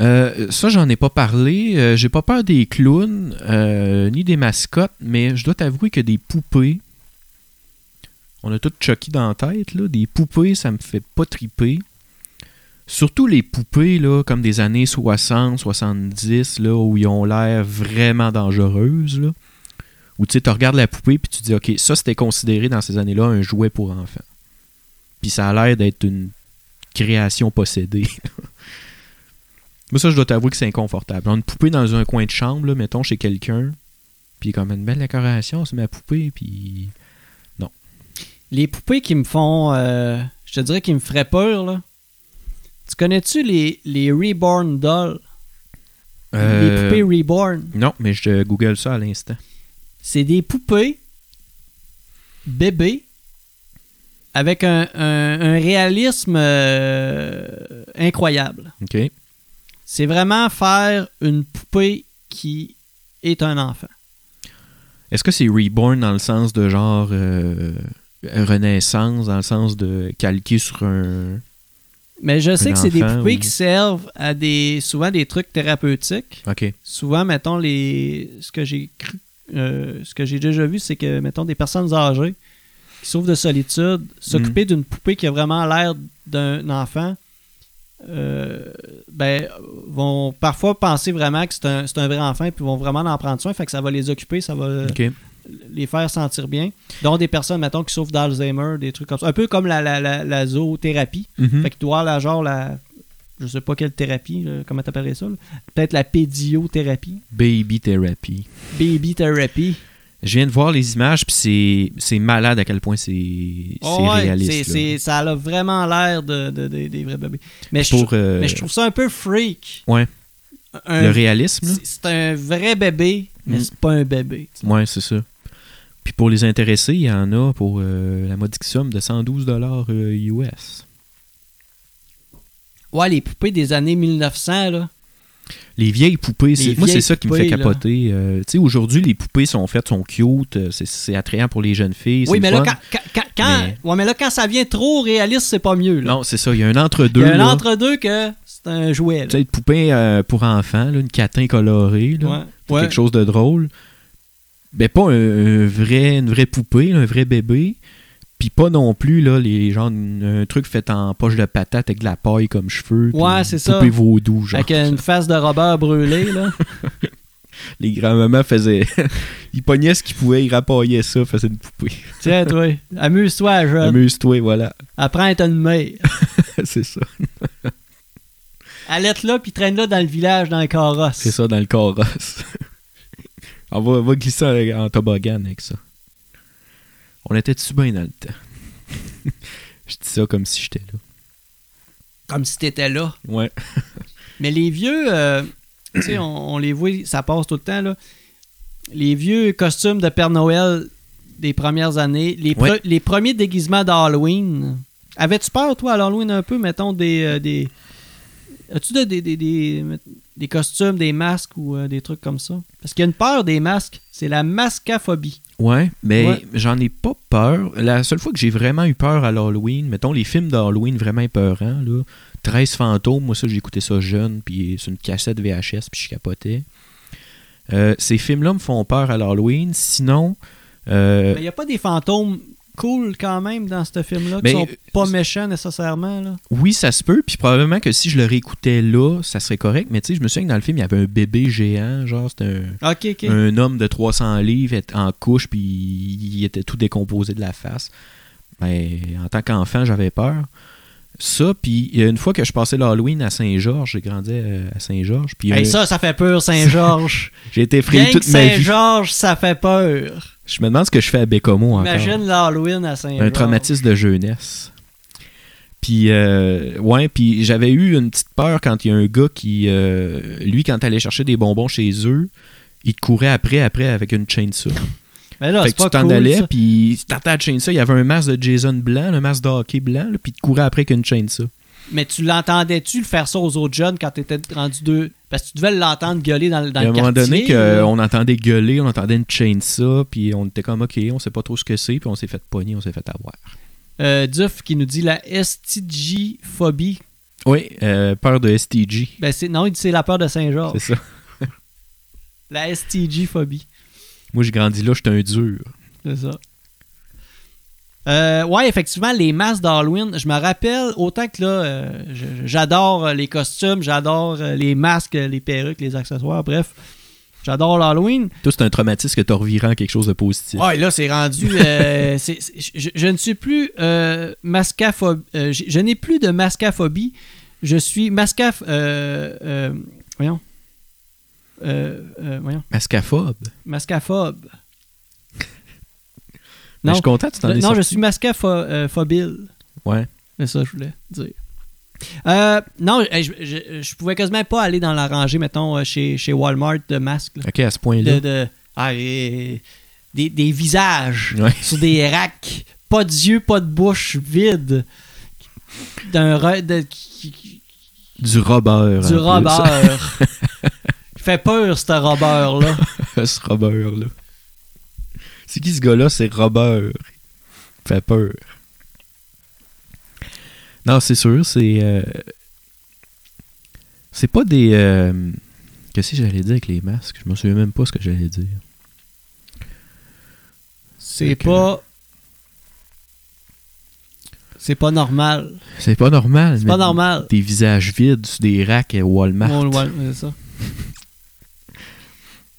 [SPEAKER 2] Euh, ça, j'en ai pas parlé. Euh, J'ai pas peur des clowns, euh, ni des mascottes, mais je dois t'avouer que des poupées... On a tout Chucky dans la tête, là. Des poupées, ça me fait pas triper. Surtout les poupées, là, comme des années 60, 70, là, où ils ont l'air vraiment dangereuses, là. Où, tu sais, tu regardes la poupée, puis tu dis, OK, ça, c'était considéré dans ces années-là un jouet pour enfants. Puis ça a l'air d'être une création possédée. [LAUGHS] Moi, ça, je dois t'avouer que c'est inconfortable. Une poupée dans un coin de chambre, là, mettons, chez quelqu'un, puis comme une belle décoration, c'est ma poupée, puis...
[SPEAKER 1] Les poupées qui me font. euh, je te dirais qui me feraient peur, là. Tu connais-tu les, les Reborn Dolls
[SPEAKER 2] Euh,
[SPEAKER 1] Les poupées Reborn.
[SPEAKER 2] Non, mais je google ça à l'instant.
[SPEAKER 1] C'est des poupées bébés avec un, un- un réalisme euh, incroyable.
[SPEAKER 2] OK.
[SPEAKER 1] C'est vraiment faire une poupée qui est un enfant.
[SPEAKER 2] Est-ce que c'est reborn dans le sens de genre euh, renaissance, dans le sens de calquer sur un...
[SPEAKER 1] Mais je sais
[SPEAKER 2] Un
[SPEAKER 1] que c'est des
[SPEAKER 2] enfant
[SPEAKER 1] poupées
[SPEAKER 2] ou-
[SPEAKER 1] qui servent à des souvent des trucs thérapeutiques.
[SPEAKER 2] OK.
[SPEAKER 1] Souvent, mettons, les ce que j'ai cru, euh, ce que j'ai déjà vu, c'est que, mettons, des personnes âgées qui souffrent de solitude, s'occuper d'une poupée qui a vraiment l'air d'un enfant, euh, ben, vont parfois penser vraiment que c'est un, c'est un vrai enfant, puis vont vraiment en prendre soin, fait que ça va les occuper, ça va
[SPEAKER 2] OK.
[SPEAKER 1] les faire sentir bien. Dont des personnes, mettons, qui souffrent d'Alzheimer, des trucs comme ça. Un peu comme la, la, la, la zoothérapie.
[SPEAKER 2] Mhm.
[SPEAKER 1] Fait que tu dois la genre la. Je sais pas quelle thérapie, là, comment t'appellerais ça? là? Peut-être la pédiothérapie,
[SPEAKER 2] Baby therapy.
[SPEAKER 1] baby therapy.
[SPEAKER 2] Je viens de voir les images, puis c'est- c'est malade à quel point c'est c'est
[SPEAKER 1] Ouais,
[SPEAKER 2] réaliste.
[SPEAKER 1] c'est-
[SPEAKER 2] là.
[SPEAKER 1] c'est- ça a vraiment l'air de, de- de- des vrais bébés. Mais je,
[SPEAKER 2] Pour,
[SPEAKER 1] trou-
[SPEAKER 2] euh,
[SPEAKER 1] mais je trouve ça un peu freak.
[SPEAKER 2] Ouais.
[SPEAKER 1] Un-
[SPEAKER 2] le réalisme, là.
[SPEAKER 1] c'est- c'est un vrai bébé, mais
[SPEAKER 2] Mm.
[SPEAKER 1] c'est pas un bébé. tu sais.
[SPEAKER 2] Ouais, c'est ça. Puis pour les intéressés, il y en a pour euh, la modique somme de 112 dollars euh, US.
[SPEAKER 1] Ouais, les poupées des années 1900, là.
[SPEAKER 2] Les vieilles poupées,
[SPEAKER 1] Les
[SPEAKER 2] c'est, moi,
[SPEAKER 1] vieilles
[SPEAKER 2] c'est ça qui me fait
[SPEAKER 1] poupées, là.
[SPEAKER 2] capoter. Euh, tu sais, aujourd'hui, les poupées sont faites, sont cute, euh, c'est, c'est attrayant pour les jeunes filles.
[SPEAKER 1] Oui,
[SPEAKER 2] c'est
[SPEAKER 1] mais
[SPEAKER 2] le
[SPEAKER 1] là,
[SPEAKER 2] fun.
[SPEAKER 1] quand, quand- quand- quand-
[SPEAKER 2] Mais-
[SPEAKER 1] ouais, mais là, quand ça vient trop réaliste, c'est pas mieux. Là.
[SPEAKER 2] Non, c'est ça, il y a un
[SPEAKER 1] Il
[SPEAKER 2] entre-deux.
[SPEAKER 1] y a un
[SPEAKER 2] là.
[SPEAKER 1] entre-deux que c'est un jouet. là.
[SPEAKER 2] Tu sais, une poupée euh, pour enfants, là, une catin colorée, là,
[SPEAKER 1] Ouais.
[SPEAKER 2] pour
[SPEAKER 1] Ouais.
[SPEAKER 2] quelque chose de drôle. Mais pas un, un vrai, une vraie poupée, là, un vrai bébé. Puis pas non plus, là, les gens, un truc fait en poche de patate avec de la paille comme cheveux. puis
[SPEAKER 1] Ouais,
[SPEAKER 2] une
[SPEAKER 1] c'est ça.
[SPEAKER 2] Poupée vaudou, genre.
[SPEAKER 1] Avec une face de Robert brûlé,
[SPEAKER 2] [LAUGHS]
[SPEAKER 1] là.
[SPEAKER 2] Les grands-mamans faisaient. [LAUGHS] ils pognaient ce qu'ils pouvaient, ils rapaillaient ça, faisaient une poupée.
[SPEAKER 1] Tiens, toi, amuse-toi, jeune.
[SPEAKER 2] Amuse-toi, voilà. [LAUGHS]
[SPEAKER 1] Apprends à être une mère.
[SPEAKER 2] c'est ça.
[SPEAKER 1] Allait là, puis traîne là dans le village, dans le carrosse.
[SPEAKER 2] C'est ça, dans le carrosse. [LAUGHS] on, va, on va glisser en, en toboggan avec ça. On était-tu bien dans le temps? [LAUGHS] Je dis ça comme si j'étais là.
[SPEAKER 1] Comme si t'étais là.
[SPEAKER 2] Ouais.
[SPEAKER 1] Mais les vieux, euh, [CLEARS THROAT] tu sais, on, on les voit, ça passe tout le temps, là. Les vieux costumes de Père Noël des premières années, les, pre-
[SPEAKER 2] Ouais.
[SPEAKER 1] les premiers déguisements d'Halloween. Avais-tu peur, toi, à l'Halloween, un peu, mettons, des... euh, des... As-tu de- des, des, des, des costumes, des masques ou euh, des trucs comme ça? Parce qu'il y a une peur des masques, c'est la mascaphobie.
[SPEAKER 2] Ouais, mais
[SPEAKER 1] Ouais.
[SPEAKER 2] j'en ai pas peur. La seule fois que j'ai vraiment eu peur à l'Halloween, mettons les films d'Halloween vraiment épeurants, là, 13 fantômes, moi ça j'ai écouté ça jeune, puis c'est une cassette VHS, puis je capotais. Euh, ces films-là me font peur à l'Halloween, sinon... euh,
[SPEAKER 1] Mais il n'y a pas des fantômes cool quand même dans ce film-là, qui
[SPEAKER 2] Mais- euh,
[SPEAKER 1] sont pas méchants nécessairement. Là.
[SPEAKER 2] Oui, ça se peut, puis probablement que si je le réécoutais là, ça serait correct, mais tu sais, je me souviens que dans le film, il y avait un bébé géant, genre, c'était un.
[SPEAKER 1] Ok, ok.
[SPEAKER 2] un homme de 300 livres est- en couche, puis il était tout décomposé de la face. Mais en tant qu'enfant, j'avais peur. Ça, puis euh, une fois que je passais l'Halloween à Saint-Georges, j'ai grandi euh, à Saint-Georges, puis euh,
[SPEAKER 1] Hey, ça, ça fait peur,
[SPEAKER 2] [LAUGHS]
[SPEAKER 1] Saint-Georges.
[SPEAKER 2] j'ai été effrayé
[SPEAKER 1] Rien que
[SPEAKER 2] toute ma vie.
[SPEAKER 1] Saint-Georges, ça fait peur.
[SPEAKER 2] Je me demande ce que je fais à Bécomo encore.
[SPEAKER 1] Imagine l'Halloween à Saint-Georges.
[SPEAKER 2] un traumatisme de jeunesse. Puis, euh, ouais, puis j'avais eu une petite peur quand il y a un gars qui, euh, lui, quand t'allais chercher des bonbons chez eux, il te courait après, après avec une chainsaw.
[SPEAKER 1] Mais là,
[SPEAKER 2] fait
[SPEAKER 1] Ah, c'est
[SPEAKER 2] que tu
[SPEAKER 1] pas
[SPEAKER 2] t'en
[SPEAKER 1] cool,
[SPEAKER 2] allais,
[SPEAKER 1] ça.
[SPEAKER 2] puis si t'entends la chainsaw, il y avait un masque de Jason blanc, un masque de hockey blanc, là, puis il te courait après qu'une chainsaw.
[SPEAKER 1] Mais tu l'entendais-tu le faire ça aux autres jeunes quand t'étais rendu deux? Parce que tu devais l'entendre gueuler dans, le- dans
[SPEAKER 2] à un
[SPEAKER 1] le quartier.
[SPEAKER 2] moment donné, que,
[SPEAKER 1] là.
[SPEAKER 2] euh, on entendait gueuler, on entendait une chainsaw, puis on était comme, OK, on sait pas trop ce que c'est, puis on s'est fait pogner, on s'est fait avoir.
[SPEAKER 1] Euh, Duff qui nous dit la STG-phobie.
[SPEAKER 2] Oui, euh, peur de STG,
[SPEAKER 1] Ben, c'est- non, il dit c'est la peur de
[SPEAKER 2] c'est
[SPEAKER 1] Saint-Georges.
[SPEAKER 2] ça.
[SPEAKER 1] La STG-phobie.
[SPEAKER 2] Moi, j'ai grandi là, j'étais un dur.
[SPEAKER 1] C'est ça. Euh, ouais, effectivement, les masses d'Halloween, je me rappelle, autant que là, euh, je- je- j'adore euh, les costumes, j'adore euh, les masques, euh, les perruques, les accessoires, bref, j'adore l'Halloween.
[SPEAKER 2] Toi, c'est un traumatisme que t'as reviré en quelque chose de positif.
[SPEAKER 1] Ouais, là, c'est rendu. euh, c'est- c'est- je, je ne suis plus euh, mascaphobie. euh, je je n'ai plus de mascaphobie. Je suis mascaf. euh, euh, voyons. Euh, euh, voyons.
[SPEAKER 2] Mascaphobe.
[SPEAKER 1] Mascaphobe.
[SPEAKER 2] Mais
[SPEAKER 1] Non.
[SPEAKER 2] je suis content, tu t'en es
[SPEAKER 1] non,
[SPEAKER 2] sorti.
[SPEAKER 1] je suis mascaphobile.
[SPEAKER 2] Ouais.
[SPEAKER 1] C'est ça que je voulais dire. Euh, non, je, je- je- je pouvais quasiment pas aller dans la rangée, mettons, euh, chez, chez Walmart de masques. là.
[SPEAKER 2] OK, à ce
[SPEAKER 1] De,
[SPEAKER 2] point-là.
[SPEAKER 1] de- ah, et- des, des visages
[SPEAKER 2] Ouais.
[SPEAKER 1] sur des racks. Pas d'yeux, pas de bouche, vide. D'un re- de- qui- qui-
[SPEAKER 2] Du
[SPEAKER 1] du
[SPEAKER 2] Robert. en plus. [LAUGHS]
[SPEAKER 1] robeur. Il fait peur, ce robeur-là.
[SPEAKER 2] ce Robert-là. C'est qui ce gars-là? C'est Robert. Il Fait peur. Non, c'est sûr, c'est. euh, C'est pas des. euh, Qu'est-ce que j'allais dire avec les masques? Je me souviens même pas ce que j'allais dire.
[SPEAKER 1] C'est
[SPEAKER 2] Ok.
[SPEAKER 1] pas. C'est pas normal.
[SPEAKER 2] C'est pas normal.
[SPEAKER 1] C'est
[SPEAKER 2] mais
[SPEAKER 1] pas normal.
[SPEAKER 2] Des visages vides sur des racks à Walmart.
[SPEAKER 1] Mon- ouais, c'est ça.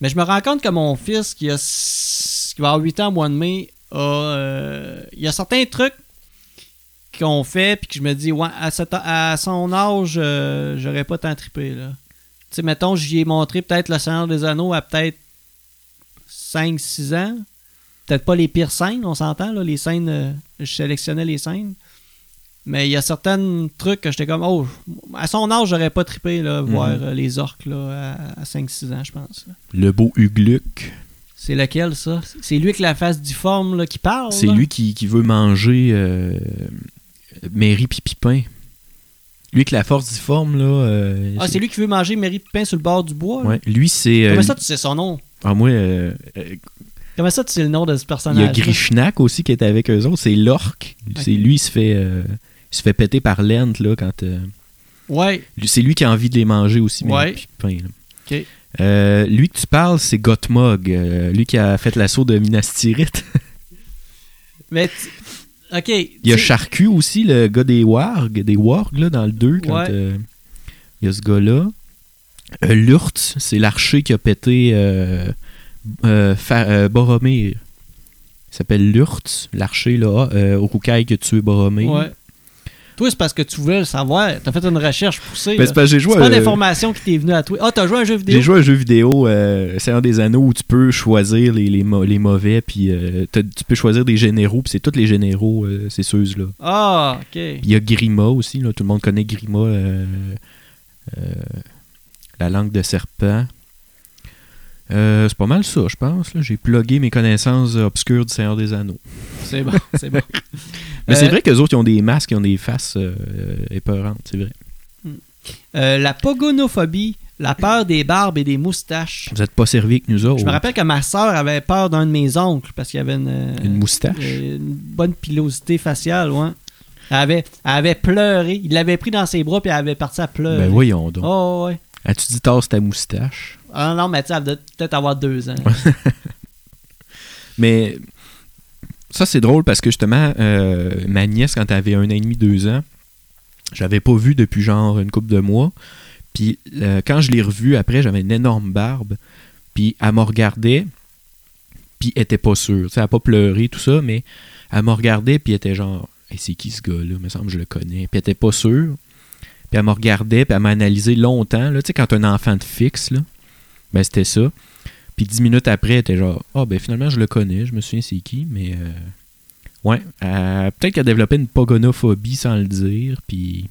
[SPEAKER 1] Mais je me rends compte que mon fils, qui, a, s- qui va avoir 8 ans au mois de mai, a, euh, il y a certains trucs qu'on fait, puis que je me dis, ouais, à, cet a- à son âge, euh, j'aurais pas tant trippé. Là. Tu sais, mettons, j'y ai montré peut-être Le Seigneur des Anneaux à peut-être 5-6 ans. Peut-être pas les pires scènes, on s'entend, là, les scènes, euh, je sélectionnais les scènes. Mais il y a certains trucs que j'étais comme, oh, à son âge, j'aurais pas trippé là,
[SPEAKER 2] Mhm.
[SPEAKER 1] voir euh, les orques là, à, à 5-6 ans, je pense. là.
[SPEAKER 2] Le beau Hugluc.
[SPEAKER 1] C'est lequel, ça? C'est lui avec la face difforme là, qui parle?
[SPEAKER 2] C'est
[SPEAKER 1] là?
[SPEAKER 2] lui qui, qui veut manger euh, Mary Pipipin. Lui avec la force difforme, là. euh,
[SPEAKER 1] Ah, c'est lui qui veut manger Mary Pipin sur le bord du bois? là?
[SPEAKER 2] Ouais, lui, c'est. euh,
[SPEAKER 1] Comment ça, tu sais son nom?
[SPEAKER 2] Ah, moi, euh, euh,
[SPEAKER 1] Comment ça, tu sais le nom de ce
[SPEAKER 2] il y a
[SPEAKER 1] personnage?
[SPEAKER 2] Grishnak aussi qui est avec eux autres. C'est l'orque.
[SPEAKER 1] Ok.
[SPEAKER 2] C'est lui, il se fait, euh, il se fait péter par Lent, là, quand. euh,
[SPEAKER 1] Ouais,
[SPEAKER 2] lui- c'est lui qui a envie de les manger aussi, mais
[SPEAKER 1] Ouais.
[SPEAKER 2] puis pain, là.
[SPEAKER 1] Ok.
[SPEAKER 2] Euh, lui que tu parles, c'est Gottmog, euh, lui qui a fait l'assaut de Minas Tirith.
[SPEAKER 1] mais... tu- Ok.
[SPEAKER 2] Il y a
[SPEAKER 1] tu-
[SPEAKER 2] Charcu aussi, le gars des Wargs, des Wargs là, dans le 2, quand
[SPEAKER 1] Ouais.
[SPEAKER 2] euh, il y a ce gars-là. Euh, Lurtz, c'est l'archer qui a pété euh, euh, Fa- euh, Boromir. Il s'appelle Lurtz, l'archer là, euh, au Rukai qui a tué Boromir.
[SPEAKER 1] Ouais. Toi, c'est parce que tu voulais le savoir. T'as fait une recherche poussée.
[SPEAKER 2] Mais
[SPEAKER 1] là.
[SPEAKER 2] Ben, c'est parce que j'ai joué,
[SPEAKER 1] C'est pas
[SPEAKER 2] à-
[SPEAKER 1] l'information qui t'est venue à toi. Ah, t'as joué à un jeu vidéo?
[SPEAKER 2] euh, j'ai joué à un jeu vidéo, euh, Seigneur des Anneaux, où tu peux choisir les, les, mo- les mauvais, puis euh, t'as- tu peux choisir des généraux, puis c'est tous les généraux, euh, ces ceux-là.
[SPEAKER 1] Ah, ok.
[SPEAKER 2] Il y a Grima aussi, là, tout le monde connaît Grima, euh, euh, la langue de serpent. Euh, c'est pas mal ça, je pense. là. J'ai plugué mes connaissances obscures du Seigneur des Anneaux.
[SPEAKER 1] C'est bon, c'est bon.
[SPEAKER 2] [LAUGHS] Mais c'est
[SPEAKER 1] Euh,
[SPEAKER 2] vrai que les autres, ils ont des masques, ils ont des faces euh, épeurantes, c'est vrai.
[SPEAKER 1] Euh, la pogonophobie, la peur des barbes et des moustaches.
[SPEAKER 2] Vous êtes pas servis que nous autres.
[SPEAKER 1] Je me rappelle que ma sœur avait peur d'un de mes oncles parce qu'il y avait une, euh,
[SPEAKER 2] Une moustache.
[SPEAKER 1] euh, une bonne pilosité faciale, ouais. Elle avait, elle avait pleuré. Il l'avait pris dans ses bras puis elle avait parti à pleurer.
[SPEAKER 2] Ben voyons donc.
[SPEAKER 1] euh, Oh, ouais.
[SPEAKER 2] As-tu dit tasse ta moustache?
[SPEAKER 1] Ah non, mais tu sais, elle devait peut-être avoir deux ans.
[SPEAKER 2] Mais Ça, c'est drôle parce que justement, euh, ma nièce, quand elle avait un an et demi, deux ans, j'avais pas vu depuis genre une couple de mois. Puis euh, quand je l'ai revue après, j'avais une énorme barbe. Puis elle me regardait, puis elle était pas sûre. Tu sais, elle a pas pleuré, tout ça, mais elle me regardait, puis elle était genre, Hey, c'est qui ce gars-là? Il me semble que je le connais. Puis elle était pas sûre. Puis elle me regardait, puis elle m'a analysé longtemps. Là, tu sais, quand un enfant te fixe, là, ben c'était ça. Puis dix minutes après, elle était genre, ah, ben finalement, je le connais, je me souviens c'est qui, mais. euh, Ouais, euh, peut-être qu'elle a développé une pogonophobie sans le dire, puis.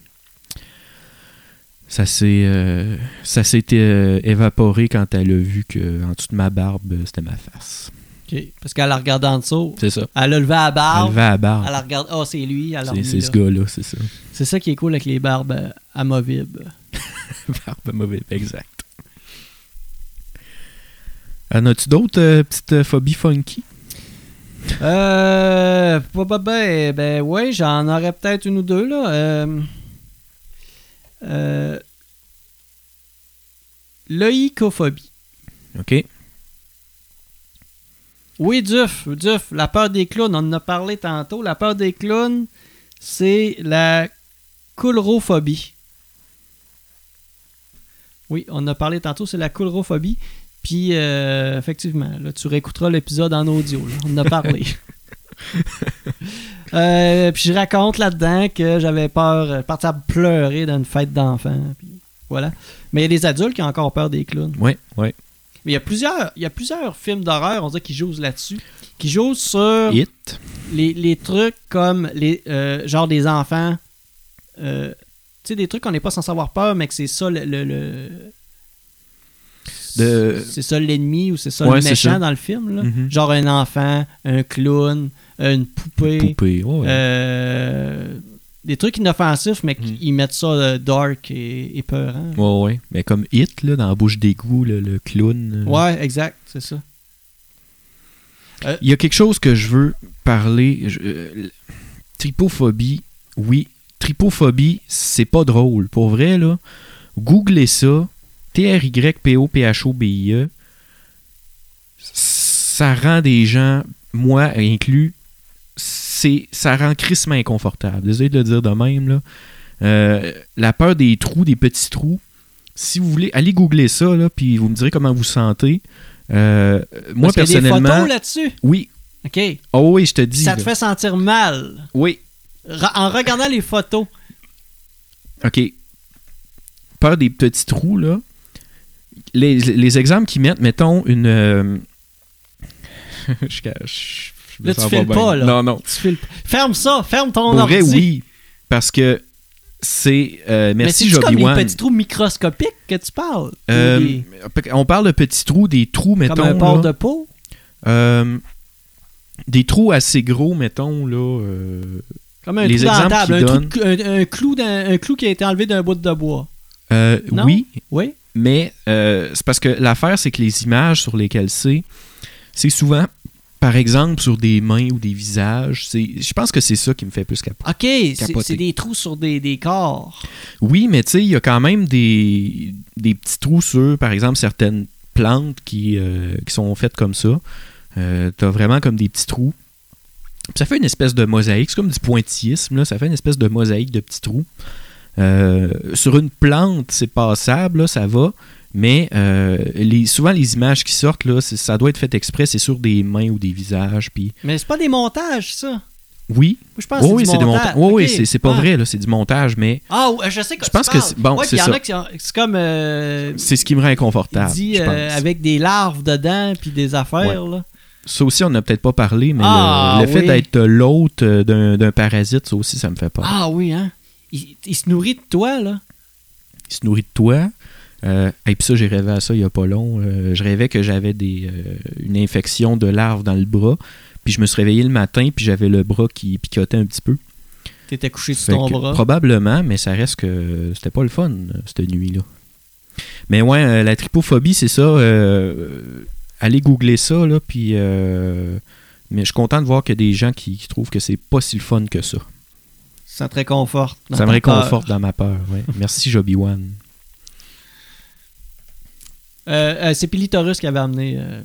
[SPEAKER 2] Ça s'est, euh, ça s'est euh, évaporé quand elle a vu que en dessous de ma barbe, c'était ma face.
[SPEAKER 1] OK. Parce qu'elle la regarde en dessous,
[SPEAKER 2] C'est ça.
[SPEAKER 1] elle a levé la
[SPEAKER 2] Elle
[SPEAKER 1] barbe,
[SPEAKER 2] levait la
[SPEAKER 1] elle
[SPEAKER 2] barbe.
[SPEAKER 1] la regarde, oh, c'est lui, elle l'a
[SPEAKER 2] C'est,
[SPEAKER 1] remis
[SPEAKER 2] c'est
[SPEAKER 1] là.
[SPEAKER 2] ce gars-là, c'est ça. [LAUGHS]
[SPEAKER 1] C'est ça qui est cool avec les barbes euh, amovibles.
[SPEAKER 2] barbe mauvaise, exact. En as-tu d'autres euh, petites euh, phobies funky?
[SPEAKER 1] Euh. bah, bah, ben, ben ouais, j'en aurais peut-être une ou deux, là. Euh, euh, L'oïcophobie.
[SPEAKER 2] OK.
[SPEAKER 1] Oui, Duf, Duf, la peur des clowns, on en a parlé tantôt. La peur des clowns, c'est la coulrophobie. Oui, on en a parlé tantôt, c'est la coulrophobie. Puis, euh, effectivement, là, tu réécouteras l'épisode en audio. là, on en a parlé. Euh, puis, je raconte là-dedans que j'avais peur, euh, partir pleurer dans une fête d'enfants. puis Voilà. Mais il y a des adultes qui ont encore peur des clowns.
[SPEAKER 2] Ouais, ouais.
[SPEAKER 1] Mais il y a plusieurs, il y a plusieurs films d'horreur, on dirait, qui jouent là-dessus. Qui jouent sur
[SPEAKER 2] It.
[SPEAKER 1] les, les trucs comme les euh, genre des enfants. euh, tu sais, des trucs qu'on n'est pas sans savoir peur, mais que c'est ça le. le- le-
[SPEAKER 2] De-
[SPEAKER 1] C'est ça l'ennemi ou c'est ça
[SPEAKER 2] Ouais,
[SPEAKER 1] le
[SPEAKER 2] c'est
[SPEAKER 1] méchant
[SPEAKER 2] ça.
[SPEAKER 1] dans le film. Là.
[SPEAKER 2] Mhm.
[SPEAKER 1] Genre un enfant, un clown, une poupée.
[SPEAKER 2] Poupée. ouais, ouais.
[SPEAKER 1] euh, des trucs inoffensifs, mais
[SPEAKER 2] Mhm.
[SPEAKER 1] qu'ils mettent ça euh, dark et, et peurant.
[SPEAKER 2] Ouais, ouais. Mais comme Hit, là, dans la bouche d'égout, le, le clown. euh.
[SPEAKER 1] Ouais, exact, c'est ça.
[SPEAKER 2] Il y a quelque chose que je veux parler. je- euh, l- tripophobie, oui. Tripophobie, c'est pas drôle. Pour vrai, là, googlez ça. T-R-Y-P-O-P-H-O-B-I-E. E. Ça rend des gens, moi inclus, c'est, ça rend crissement inconfortable. Désolé de le dire de même, là. Euh, la peur des trous, des petits trous. Si vous voulez, allez googler ça, là, puis vous me direz comment vous sentez. Euh, moi,
[SPEAKER 1] Parce qu'il y a
[SPEAKER 2] personnellement.
[SPEAKER 1] Des photos là-dessus.
[SPEAKER 2] Oui.
[SPEAKER 1] OK.
[SPEAKER 2] Oh oui, je te dis.
[SPEAKER 1] Ça te
[SPEAKER 2] là.
[SPEAKER 1] fait sentir mal
[SPEAKER 2] Oui.
[SPEAKER 1] Re- en regardant les photos.
[SPEAKER 2] OK. Peur des petits trous, là. Les, les exemples qu'ils mettent, mettons une. euh, [LAUGHS] je, cache.
[SPEAKER 1] Là, tu files pas, là.
[SPEAKER 2] Non, non.
[SPEAKER 1] Tu fais le- Ferme ça, ferme ton
[SPEAKER 2] Pour
[SPEAKER 1] ordi.
[SPEAKER 2] vrai, oui. Parce que c'est. euh, merci,
[SPEAKER 1] Mais c'est comme
[SPEAKER 2] Joby
[SPEAKER 1] les
[SPEAKER 2] One.
[SPEAKER 1] petits trous microscopiques que tu parles.
[SPEAKER 2] Euh,
[SPEAKER 1] Ou des-
[SPEAKER 2] On parle de petits trous, des trous, mettons.
[SPEAKER 1] comme un port
[SPEAKER 2] là.
[SPEAKER 1] de peau.
[SPEAKER 2] Euh, des trous assez gros, mettons, là. euh,
[SPEAKER 1] Comme un
[SPEAKER 2] les
[SPEAKER 1] trou dans la
[SPEAKER 2] exemples
[SPEAKER 1] table. Un,
[SPEAKER 2] qu'ils
[SPEAKER 1] trou de- un- un clou d'un- un clou qui a été enlevé d'un bout de bois.
[SPEAKER 2] euh,
[SPEAKER 1] Non?
[SPEAKER 2] oui,
[SPEAKER 1] Oui?
[SPEAKER 2] Mais euh, c'est parce que l'affaire, c'est que les images sur lesquelles c'est, c'est souvent, par exemple, sur des mains ou des visages. C'est, je pense que c'est ça qui me fait plus capoter.
[SPEAKER 1] OK, c'est-
[SPEAKER 2] Capoté.
[SPEAKER 1] c'est des trous sur des, des corps.
[SPEAKER 2] Oui, mais tu sais, il y a quand même des, des petits trous sur, par exemple, certaines plantes qui, euh, qui sont faites comme ça. Euh, t'as vraiment comme des petits trous. Puis ça fait une espèce de mosaïque. C'est comme du pointillisme, là. Ça fait une espèce de mosaïque de petits trous. Euh, sur une plante, c'est passable, là, ça va. Mais euh, les, souvent, les images qui sortent, là, c'est- ça doit être fait exprès. C'est sur des mains ou des visages. Puis
[SPEAKER 1] Mais c'est pas des montages, ça. Moi,
[SPEAKER 2] oui,
[SPEAKER 1] je pense
[SPEAKER 2] oui,
[SPEAKER 1] que
[SPEAKER 2] oui,
[SPEAKER 1] Ah, c'est
[SPEAKER 2] c'est
[SPEAKER 1] du
[SPEAKER 2] des
[SPEAKER 1] montage.
[SPEAKER 2] montages. Oui, oui,
[SPEAKER 1] OK.
[SPEAKER 2] c'est- c'est pas
[SPEAKER 1] Ah.
[SPEAKER 2] vrai, là. C'est du montage, mais
[SPEAKER 1] Ah, ouais, je sais que
[SPEAKER 2] Je pense que c'est- bon, c'est
[SPEAKER 1] Il y en
[SPEAKER 2] ça.
[SPEAKER 1] a qui sont- c'est comme... euh,
[SPEAKER 2] c'est ce qui me rend inconfortable.
[SPEAKER 1] il dit
[SPEAKER 2] je pense.
[SPEAKER 1] euh, avec des larves dedans puis des affaires, là.
[SPEAKER 2] Ça aussi, on n'a peut-être pas parlé, mais le-
[SPEAKER 1] Ah,
[SPEAKER 2] le, fait
[SPEAKER 1] oui.
[SPEAKER 2] d'être l'hôte euh, d'un d'un parasite, ça aussi, ça me fait peur.
[SPEAKER 1] Ah oui, hein? Il, il se nourrit de toi, là.
[SPEAKER 2] Il se nourrit de toi. Euh, et puis ça, j'ai rêvé à ça il n'y a pas long. Euh, je rêvais que j'avais des, euh, une infection de larves dans le bras. Puis je me suis réveillé le matin, puis j'avais le bras qui picotait un petit peu.
[SPEAKER 1] T'étais couché sur
[SPEAKER 2] Fait
[SPEAKER 1] ton
[SPEAKER 2] que
[SPEAKER 1] bras.
[SPEAKER 2] Probablement, mais ça reste que euh, c'était pas le fun, euh, cette nuit-là. Mais ouais, euh, la tripophobie, c'est ça. euh, allez googler ça, là, puis... euh, mais je suis content de voir qu'il y a des gens qui, qui trouvent que c'est pas si le fun que ça.
[SPEAKER 1] Ça te réconforte. Ah, dans
[SPEAKER 2] ça me
[SPEAKER 1] ta peur.
[SPEAKER 2] réconforte dans ma peur, ouais. Merci, Joby One.
[SPEAKER 1] Euh, euh, c'est Pilitorus qui avait amené euh,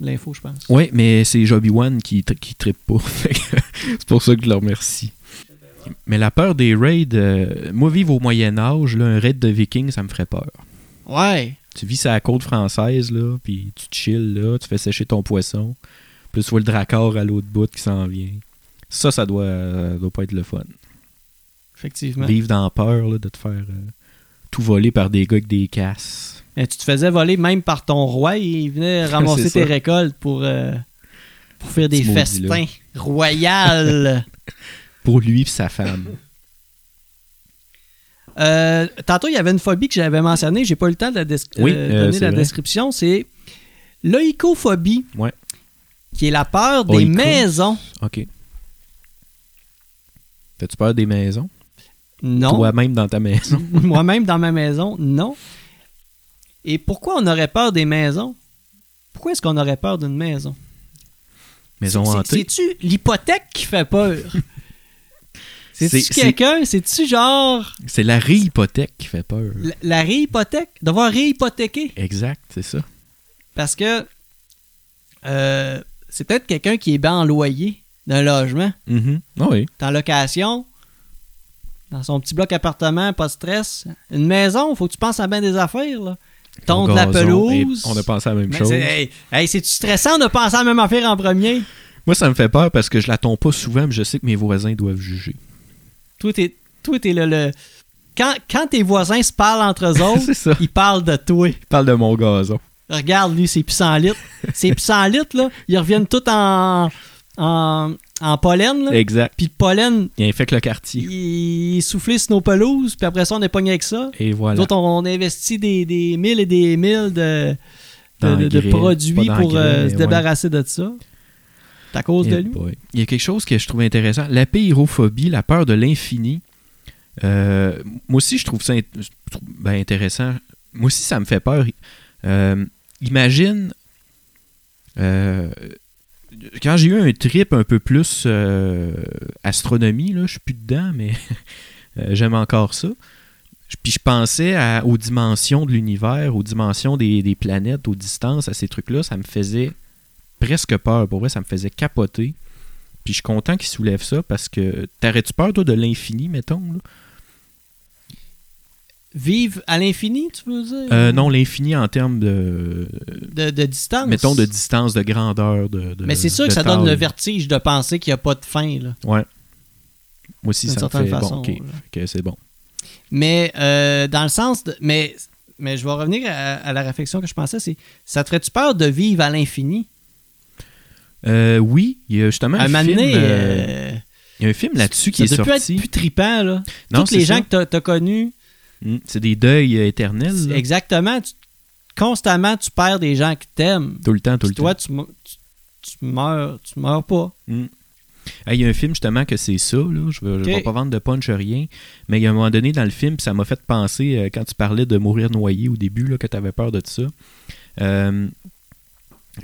[SPEAKER 1] l'info, je pense.
[SPEAKER 2] Oui, mais c'est Joby One qui, tri- qui trippe pas. [LAUGHS] Fait que c'est pour ça que je le remercie. Mais la peur des raids, euh, moi, vivre au Moyen-Âge, un raid de vikings, ça me ferait peur.
[SPEAKER 1] Ouais.
[SPEAKER 2] Tu vis sur la côte française, là, puis tu chilles, là, tu fais sécher ton poisson. Puis là, tu vois le dracard à l'autre bout qui s'en vient. Ça, ça doit, euh, doit pas être le fun.
[SPEAKER 1] Effectivement.
[SPEAKER 2] Vivre dans la peur, là, de te faire euh, tout voler par des gars avec des casses.
[SPEAKER 1] Mais tu te faisais voler même par ton roi, il
[SPEAKER 2] [LAUGHS]
[SPEAKER 1] venait ramasser
[SPEAKER 2] C'est
[SPEAKER 1] tes
[SPEAKER 2] ça.
[SPEAKER 1] récoltes pour, euh, pour faire des
[SPEAKER 2] Ce maudit-là.
[SPEAKER 1] festins royaux.
[SPEAKER 2] [LAUGHS] Pour lui et sa femme.
[SPEAKER 1] [LAUGHS] Euh, tantôt, il y avait une phobie que j'avais mentionnée. J'ai pas eu le temps de la des-
[SPEAKER 2] Oui,
[SPEAKER 1] euh,
[SPEAKER 2] euh,
[SPEAKER 1] donner
[SPEAKER 2] c'est
[SPEAKER 1] la
[SPEAKER 2] vrai.
[SPEAKER 1] description. C'est l'oïcophobie,
[SPEAKER 2] Ouais.
[SPEAKER 1] qui est la peur des
[SPEAKER 2] Oïco.
[SPEAKER 1] maisons.
[SPEAKER 2] OK. T'as-tu peur des maisons?
[SPEAKER 1] Non.
[SPEAKER 2] Toi-même dans ta maison.
[SPEAKER 1] Moi-même, dans ma maison, non. Et pourquoi on aurait peur des maisons? Pourquoi est-ce qu'on aurait peur d'une maison? [LAUGHS]
[SPEAKER 2] Maison
[SPEAKER 1] C'est-
[SPEAKER 2] hantée.
[SPEAKER 1] C'est-tu l'hypothèque qui fait peur? C'est-tu
[SPEAKER 2] [LAUGHS] C'est-
[SPEAKER 1] quelqu'un? C'est-tu genre
[SPEAKER 2] C'est la réhypothèque qui fait peur.
[SPEAKER 1] la, la réhypothèque? Devoir réhypothéquer?
[SPEAKER 2] Exact, c'est ça.
[SPEAKER 1] Parce que euh, c'est peut-être quelqu'un qui est bien en loyer d'un logement,
[SPEAKER 2] Ah Oui.
[SPEAKER 1] t'es en location, dans son petit bloc appartement, pas de stress. Une maison, faut que tu penses à bien des affaires. Là. Ton de la
[SPEAKER 2] gazon,
[SPEAKER 1] pelouse.
[SPEAKER 2] et on a pensé à la même
[SPEAKER 1] Mais
[SPEAKER 2] chose.
[SPEAKER 1] c'est- hey, hey, c'est-tu stressant de penser à la même affaire en premier?
[SPEAKER 2] Moi, ça me fait peur parce que je la tombe pas souvent, mais je sais que mes voisins doivent juger.
[SPEAKER 1] Toi, t'es, toi, t'es le, le- Quand, quand tes voisins se parlent entre
[SPEAKER 2] [LAUGHS]
[SPEAKER 1] eux autres,
[SPEAKER 2] c'est ça.
[SPEAKER 1] ils parlent de toi.
[SPEAKER 2] Je parle de mon gazon.
[SPEAKER 1] Regarde, lui, ses pissenlits. Ses pissenlits, là, ils reviennent tous en, en, en pollen. là.
[SPEAKER 2] Exact.
[SPEAKER 1] Puis le pollen,
[SPEAKER 2] Il infecte le quartier.
[SPEAKER 1] il est soufflé sur nos pelouses, puis après ça, on n'est pas avec ça.
[SPEAKER 2] Et
[SPEAKER 1] Nous
[SPEAKER 2] voilà.
[SPEAKER 1] autres, on, on investit des, des mille et des mille de, de, de- de
[SPEAKER 2] D'engrais.
[SPEAKER 1] produits
[SPEAKER 2] Pas
[SPEAKER 1] pour
[SPEAKER 2] d'engrais,
[SPEAKER 1] euh,
[SPEAKER 2] mais
[SPEAKER 1] se
[SPEAKER 2] ouais.
[SPEAKER 1] débarrasser de ça. C'est à cause de
[SPEAKER 2] Eh
[SPEAKER 1] lui.
[SPEAKER 2] boy. Il y a quelque chose que je trouve intéressant. La péirophobie, la peur de l'infini. Euh, moi aussi, je trouve ça int- je trouve- ben, intéressant. Moi aussi, ça me fait peur. Euh, imagine. euh, quand j'ai eu un trip un peu plus euh, astronomie, là, je suis plus dedans, mais [LAUGHS] euh, j'aime encore ça. Je- Puis je pensais à- aux dimensions de l'univers, aux dimensions des, des planètes, aux distances, à ces trucs-là. Ça me faisait presque peur. Pour vrai, ça me faisait capoter. Puis je suis content qu'il soulève ça parce que t'aurais-tu peur, toi, de l'infini, mettons? là?
[SPEAKER 1] Vivre à l'infini, tu veux dire?
[SPEAKER 2] Euh, non, l'infini en termes de,
[SPEAKER 1] De, de distance.
[SPEAKER 2] mettons, de distance, de grandeur, de, de-
[SPEAKER 1] Ah, Mais c'est sûr
[SPEAKER 2] de
[SPEAKER 1] que ça donne
[SPEAKER 2] taille.
[SPEAKER 1] le vertige de penser qu'il n'y a pas de fin, là,
[SPEAKER 2] Ouais. Moi aussi,
[SPEAKER 1] d'une
[SPEAKER 2] ça me
[SPEAKER 1] certaine
[SPEAKER 2] fait...
[SPEAKER 1] façon.
[SPEAKER 2] bon, OK,
[SPEAKER 1] là.
[SPEAKER 2] Fait que c'est bon.
[SPEAKER 1] Mais euh, dans le sens de. Mais, mais je vais revenir à, à la réflexion que je pensais, c'est ça te ferait-tu peur de vivre à l'infini?
[SPEAKER 2] Euh, oui, il y a justement
[SPEAKER 1] À un
[SPEAKER 2] un,
[SPEAKER 1] moment
[SPEAKER 2] film...
[SPEAKER 1] donné,
[SPEAKER 2] euh,
[SPEAKER 1] euh,
[SPEAKER 2] Il y a un film là-dessus qui est
[SPEAKER 1] ça doit
[SPEAKER 2] sorti.
[SPEAKER 1] plus être plus trippant, là.
[SPEAKER 2] Non,
[SPEAKER 1] Tous
[SPEAKER 2] c'est
[SPEAKER 1] les
[SPEAKER 2] ça.
[SPEAKER 1] gens que t'as- t'as connus,
[SPEAKER 2] Mm, C'est des deuils euh, éternels. là.
[SPEAKER 1] exactement, tu- constamment, tu perds des gens qui t'aiment.
[SPEAKER 2] Tout le temps, tout
[SPEAKER 1] Puis
[SPEAKER 2] le
[SPEAKER 1] toi,
[SPEAKER 2] temps.
[SPEAKER 1] tu, mo- tu, tu meurs, tu meurs pas.
[SPEAKER 2] Mm. Ah, Il y a un film justement que c'est ça, là. je ne
[SPEAKER 1] Ok.
[SPEAKER 2] vais pas vendre de punch rien, mais il y a un moment donné dans le film, puis ça m'a fait penser euh, quand tu parlais de mourir noyé au début, là, que tu avais peur de ça. Euh,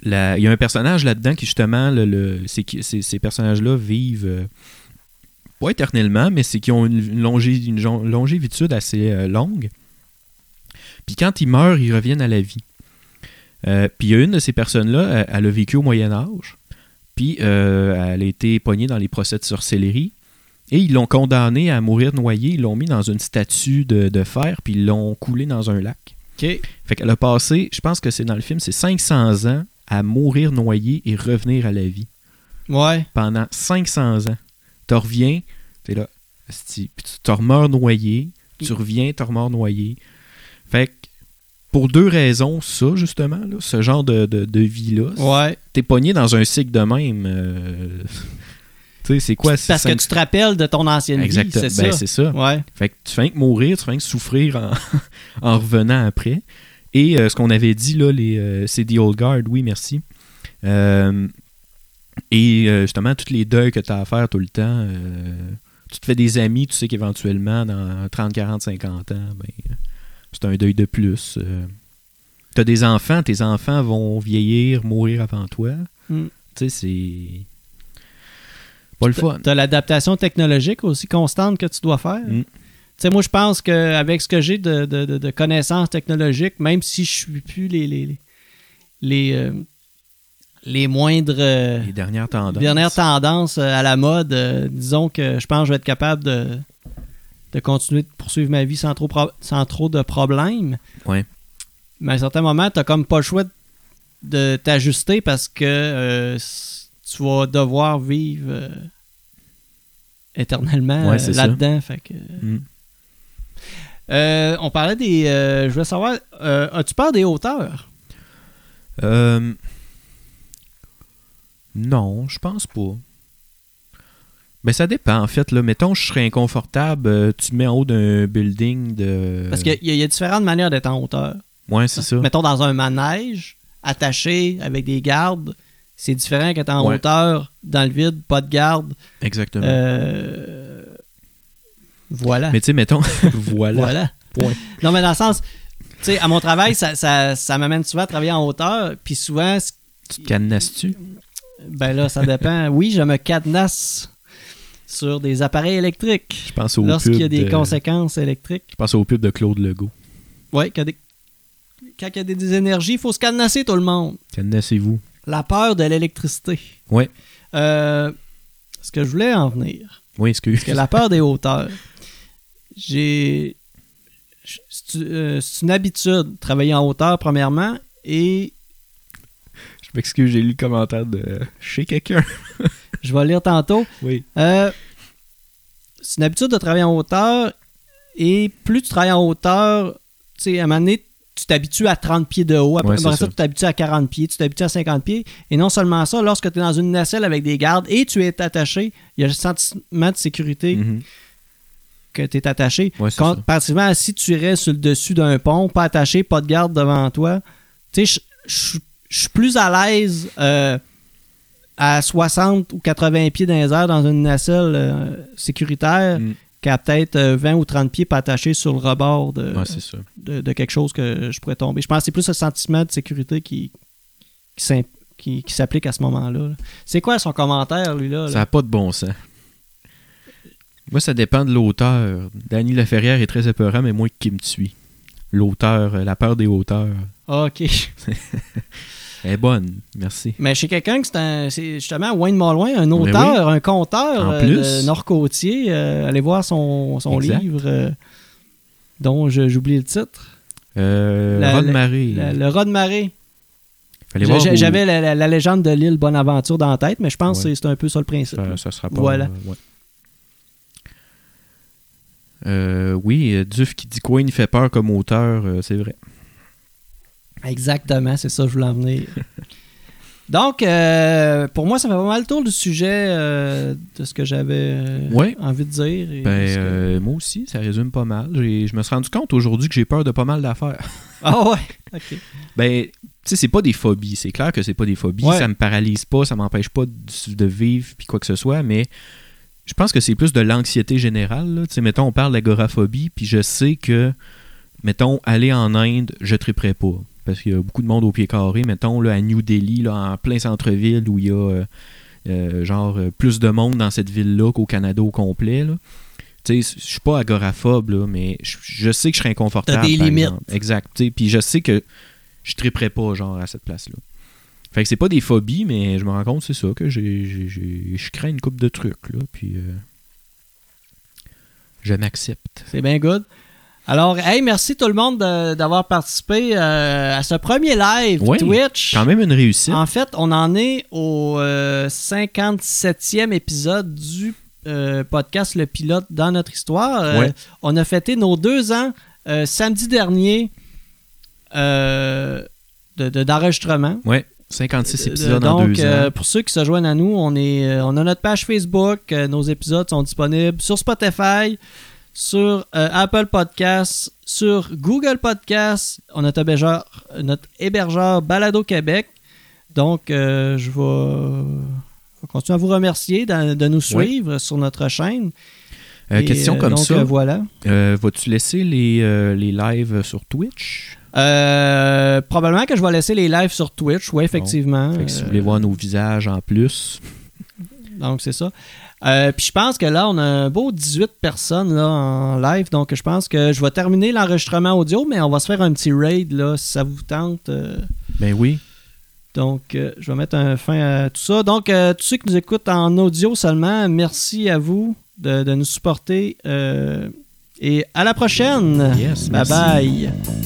[SPEAKER 2] la- il y a un personnage là-dedans qui justement, le, le- c'est qui- c'est- ces personnages-là vivent euh, pas éternellement, mais c'est qu'ils ont une, une longé- une jon- longévitude assez euh, longue. Puis quand ils meurent, ils reviennent à la vie. Euh, puis il y a une de ces personnes-là, elle, elle a vécu au Moyen Âge. Puis euh, elle a été pognée dans les procès de sorcellerie. Et ils l'ont condamnée à mourir noyée. Ils l'ont mis dans une statue de, de fer, puis ils l'ont coulée dans un lac.
[SPEAKER 1] OK.
[SPEAKER 2] Fait qu'elle a passé, je pense que c'est dans le film, c'est 500 ans à mourir noyée et revenir à la vie.
[SPEAKER 1] Ouais.
[SPEAKER 2] Pendant 500 ans. Tu reviens, t'es là, asti, puis tu te remeurs noyé, tu reviens, tu remeurs noyé. Fait que pour deux raisons, ça justement, là, ce genre de, de- de vie-là,
[SPEAKER 1] Ouais.
[SPEAKER 2] t'es pogné dans un cycle de même. euh, [LAUGHS] tu sais, c'est quoi? c'est
[SPEAKER 1] Parce que
[SPEAKER 2] cinq-
[SPEAKER 1] tu te rappelles de ton ancienne
[SPEAKER 2] Exactement,
[SPEAKER 1] vie, c'est
[SPEAKER 2] ben,
[SPEAKER 1] ça.
[SPEAKER 2] c'est ça.
[SPEAKER 1] Ouais.
[SPEAKER 2] Fait que tu fais rien que mourir, tu fais rien que souffrir en, [LAUGHS] en revenant après. Et euh, ce qu'on avait dit, là, les, euh, c'est The Old Guard, oui, merci. Euh, et euh, justement, tous les deuils que tu as à faire tout le temps, euh, tu te fais des amis, tu sais qu'éventuellement, dans 30, 40, 50 ans, ben, euh, c'est un deuil de plus. tu as des enfants, tes enfants vont vieillir, mourir avant toi.
[SPEAKER 1] Mm.
[SPEAKER 2] Tu sais, c'est pas le fun.
[SPEAKER 1] T'as l'adaptation technologique aussi constante que tu dois faire.
[SPEAKER 2] Mm.
[SPEAKER 1] Tu sais, moi, je pense qu'avec ce que j'ai de, de- de- de connaissances technologiques, même si je suis plus les, les, les, les, euh, les moindres euh,
[SPEAKER 2] Les dernières tendances.
[SPEAKER 1] dernières tendances euh, à la mode, euh, disons que je pense que je vais être capable de, de continuer de poursuivre ma vie sans trop, pro- sans trop de problèmes.
[SPEAKER 2] Ouais.
[SPEAKER 1] Mais à un certain moment, tu comme pas le choix de- de t'ajuster parce que euh, s- tu vas devoir vivre euh, éternellement
[SPEAKER 2] Ouais,
[SPEAKER 1] euh,
[SPEAKER 2] c'est ça.
[SPEAKER 1] là-dedans. Fait que-
[SPEAKER 2] Mm.
[SPEAKER 1] Euh, on parlait des. euh, je voulais savoir, euh, as-tu peur des hauteurs?
[SPEAKER 2] Euh, Non, je pense pas. Mais ça dépend, en fait. Là. Mettons, je serais inconfortable. euh, tu te mets en haut d'un building de.
[SPEAKER 1] Parce qu'il y, a- il y a différentes manières d'être en hauteur.
[SPEAKER 2] Ouais, c'est ça.
[SPEAKER 1] Mettons dans un manège, attaché avec des gardes, c'est différent qu'être en
[SPEAKER 2] Ouais.
[SPEAKER 1] hauteur, dans le vide, pas de garde.
[SPEAKER 2] Exactement.
[SPEAKER 1] Euh, Voilà.
[SPEAKER 2] Mais tu
[SPEAKER 1] [LAUGHS]
[SPEAKER 2] sais, mettons. [LAUGHS] voilà.
[SPEAKER 1] Voilà.
[SPEAKER 2] Point.
[SPEAKER 1] Non, mais dans le sens, tu sais, à mon travail, ça, ça- ça m'amène souvent à travailler en hauteur, puis souvent, c-
[SPEAKER 2] Tu te cadenasses-tu?
[SPEAKER 1] ben là, ça
[SPEAKER 2] [LAUGHS]
[SPEAKER 1] dépend. Oui, je me cadenasse sur des appareils électriques
[SPEAKER 2] Je pense au
[SPEAKER 1] lorsqu'il y a
[SPEAKER 2] pub
[SPEAKER 1] des
[SPEAKER 2] de-
[SPEAKER 1] conséquences électriques.
[SPEAKER 2] Je pense au pub de Claude Legault.
[SPEAKER 1] Oui, quand il y a des- quand il y a des, des énergies, il faut se cadenasser tout le monde.
[SPEAKER 2] Cadenassez-vous.
[SPEAKER 1] La peur de l'électricité.
[SPEAKER 2] Ouais.
[SPEAKER 1] Euh, ce que je voulais en venir,
[SPEAKER 2] Oui, excuse.
[SPEAKER 1] que la peur des hauteurs, j'ai. j- C'est euh, c'est une habitude, travailler en hauteur, premièrement, et
[SPEAKER 2] [LAUGHS] Je m'excuse, j'ai lu le commentaire de chez quelqu'un.
[SPEAKER 1] je vais lire tantôt.
[SPEAKER 2] Oui.
[SPEAKER 1] Euh, c'est une habitude de travailler en hauteur, et plus tu travailles en hauteur, tu sais, à un moment donné, tu t'habitues à 30 pieds de haut, après
[SPEAKER 2] Ouais, c'est
[SPEAKER 1] après ça,
[SPEAKER 2] ça.
[SPEAKER 1] tu t'habitues à 40 pieds, tu t'habitues à 50 pieds, et non seulement ça, lorsque tu es dans une nacelle avec des gardes et tu es attaché, il y a le sentiment de sécurité
[SPEAKER 2] Mhm.
[SPEAKER 1] que tu es attaché.
[SPEAKER 2] Ouais, c'est
[SPEAKER 1] Quand,
[SPEAKER 2] ça.
[SPEAKER 1] particulièrement si tu restes sur le dessus d'un pont, pas attaché, pas de garde devant toi, tu sais, je- je je suis plus à l'aise euh, à 60 ou 80 pieds dans les airs dans une nacelle euh, sécuritaire
[SPEAKER 2] Mm.
[SPEAKER 1] qu'à peut-être euh, 20 ou 30 pieds pas attaché sur le rebord de,
[SPEAKER 2] Ouais, c'est ça.
[SPEAKER 1] de, de quelque chose que je pourrais tomber. Je pense que c'est plus le sentiment de sécurité qui, qui, s'im- qui- qui s'applique à ce moment-là. là. C'est quoi son commentaire, lui-là? là?
[SPEAKER 2] Ça n'a pas de bon sens. Moi, ça dépend de l'auteur. Danny Laferrière est très épeurant, mais moi qui me tue. L'auteur, euh, la peur des auteurs,
[SPEAKER 1] Ah, OK.
[SPEAKER 2] elle est bonne. Merci.
[SPEAKER 1] Mais chez quelqu'un que c'est un- c'est justement Wayne Malouin, un
[SPEAKER 2] Ben oui.
[SPEAKER 1] auteur, un conteur
[SPEAKER 2] En
[SPEAKER 1] euh,
[SPEAKER 2] plus.
[SPEAKER 1] de Nord-Côtier. euh, allez voir son, son
[SPEAKER 2] Exact.
[SPEAKER 1] livre euh, dont je- j'oublie le titre.
[SPEAKER 2] Euh,
[SPEAKER 1] La-
[SPEAKER 2] Ron
[SPEAKER 1] la-
[SPEAKER 2] Marais.
[SPEAKER 1] Le, le Rat de marée.
[SPEAKER 2] Fallait
[SPEAKER 1] J'ai-
[SPEAKER 2] voir
[SPEAKER 1] j'ai-
[SPEAKER 2] où-
[SPEAKER 1] J'avais la, la- la légende de l'île Bonaventure dans la tête, mais je pense
[SPEAKER 2] Ouais.
[SPEAKER 1] que c'est un peu ça le principe.
[SPEAKER 2] Ça, ça sera pas.
[SPEAKER 1] Voilà.
[SPEAKER 2] euh, ouais. Euh, oui, euh, Duf qui dit quoi, il fait peur comme auteur, euh, c'est vrai.
[SPEAKER 1] Exactement, c'est ça que je voulais en
[SPEAKER 2] [LAUGHS]
[SPEAKER 1] venir. Donc, euh, pour moi, ça fait pas mal le tour du sujet euh, de ce que j'avais euh,
[SPEAKER 2] Ouais.
[SPEAKER 1] envie de dire. et
[SPEAKER 2] Ben,
[SPEAKER 1] ce que-
[SPEAKER 2] euh, moi aussi, ça résume pas mal. J'ai- Je me suis rendu compte aujourd'hui que j'ai peur de pas mal d'affaires.
[SPEAKER 1] Ah ouais, ok.
[SPEAKER 2] Ben, tu sais, c'est pas des phobies. C'est clair que c'est pas des phobies.
[SPEAKER 1] Ouais.
[SPEAKER 2] Ça me paralyse pas, ça m'empêche pas de, de vivre, puis quoi que ce soit, mais je pense que c'est plus de l'anxiété générale. là. Tu sais, mettons, on parle d'agoraphobie, puis je sais que, mettons, aller en Inde, je triperais pas. Parce qu'il y a beaucoup de monde au pied carré. Mettons, là, à New Delhi, là, en plein centre-ville, où il y a, euh, euh, genre, euh, plus de monde dans cette ville-là qu'au Canada au complet, là. Tu sais, je suis pas agoraphobe, là, mais je- je sais que je serais inconfortable.
[SPEAKER 1] T'as des
[SPEAKER 2] par
[SPEAKER 1] limites.
[SPEAKER 2] exemple. Exact. tu sais, Puis je sais que je triperais pas, genre, à cette place-là. Fait que c'est pas des phobies, mais je me rends compte, c'est ça, que j'ai, j'ai- j'ai- je crains une coupe de trucs, là, puis euh, je m'accepte.
[SPEAKER 1] C'est bien good. Alors, hey, merci tout le monde de- d'avoir participé euh, à ce premier live
[SPEAKER 2] Ouais,
[SPEAKER 1] Twitch.
[SPEAKER 2] Quand même une réussite.
[SPEAKER 1] En fait, on en est au euh, 57e épisode du euh, podcast Le Pilote dans notre histoire. Euh,
[SPEAKER 2] Ouais.
[SPEAKER 1] On a fêté nos deux ans euh, samedi dernier euh, de- de- d'enregistrement.
[SPEAKER 2] Ouais, 56
[SPEAKER 1] Euh,
[SPEAKER 2] épisodes en
[SPEAKER 1] donc,
[SPEAKER 2] deux
[SPEAKER 1] euh,
[SPEAKER 2] ans.
[SPEAKER 1] pour ceux qui se joignent à nous, on, est, euh, on a notre page Facebook. euh, nos épisodes sont disponibles sur Spotify, sur euh, Apple Podcasts, sur Google Podcasts. On a notre hébergeur, notre hébergeur Balado Québec. Donc, euh, je vais je vais continuer à vous remercier d'a- de, nous suivre sur notre chaîne.
[SPEAKER 2] Euh,
[SPEAKER 1] Et,
[SPEAKER 2] question
[SPEAKER 1] euh,
[SPEAKER 2] comme
[SPEAKER 1] donc,
[SPEAKER 2] ça,
[SPEAKER 1] euh, voilà.
[SPEAKER 2] euh, vas-tu laisser les, euh, les lives sur Twitch?
[SPEAKER 1] Euh, probablement que je vais laisser les lives sur Twitch. Oui, effectivement.
[SPEAKER 2] Fait que si vous
[SPEAKER 1] Euh,
[SPEAKER 2] voulez voir nos visages en plus,
[SPEAKER 1] Donc, c'est ça. Euh, puis je pense que là, on a un beau 18 personnes là, en live. Donc, je pense que je vais terminer l'enregistrement audio, mais on va se faire un petit raid là, si ça vous tente. euh,
[SPEAKER 2] ben oui,
[SPEAKER 1] Donc, euh, je vais mettre un fin à tout ça. Donc, euh, tous ceux qui nous écoutent en audio seulement, merci à vous de, de nous supporter. euh, et à la prochaine.
[SPEAKER 2] Yes,
[SPEAKER 1] bye
[SPEAKER 2] merci.
[SPEAKER 1] bye.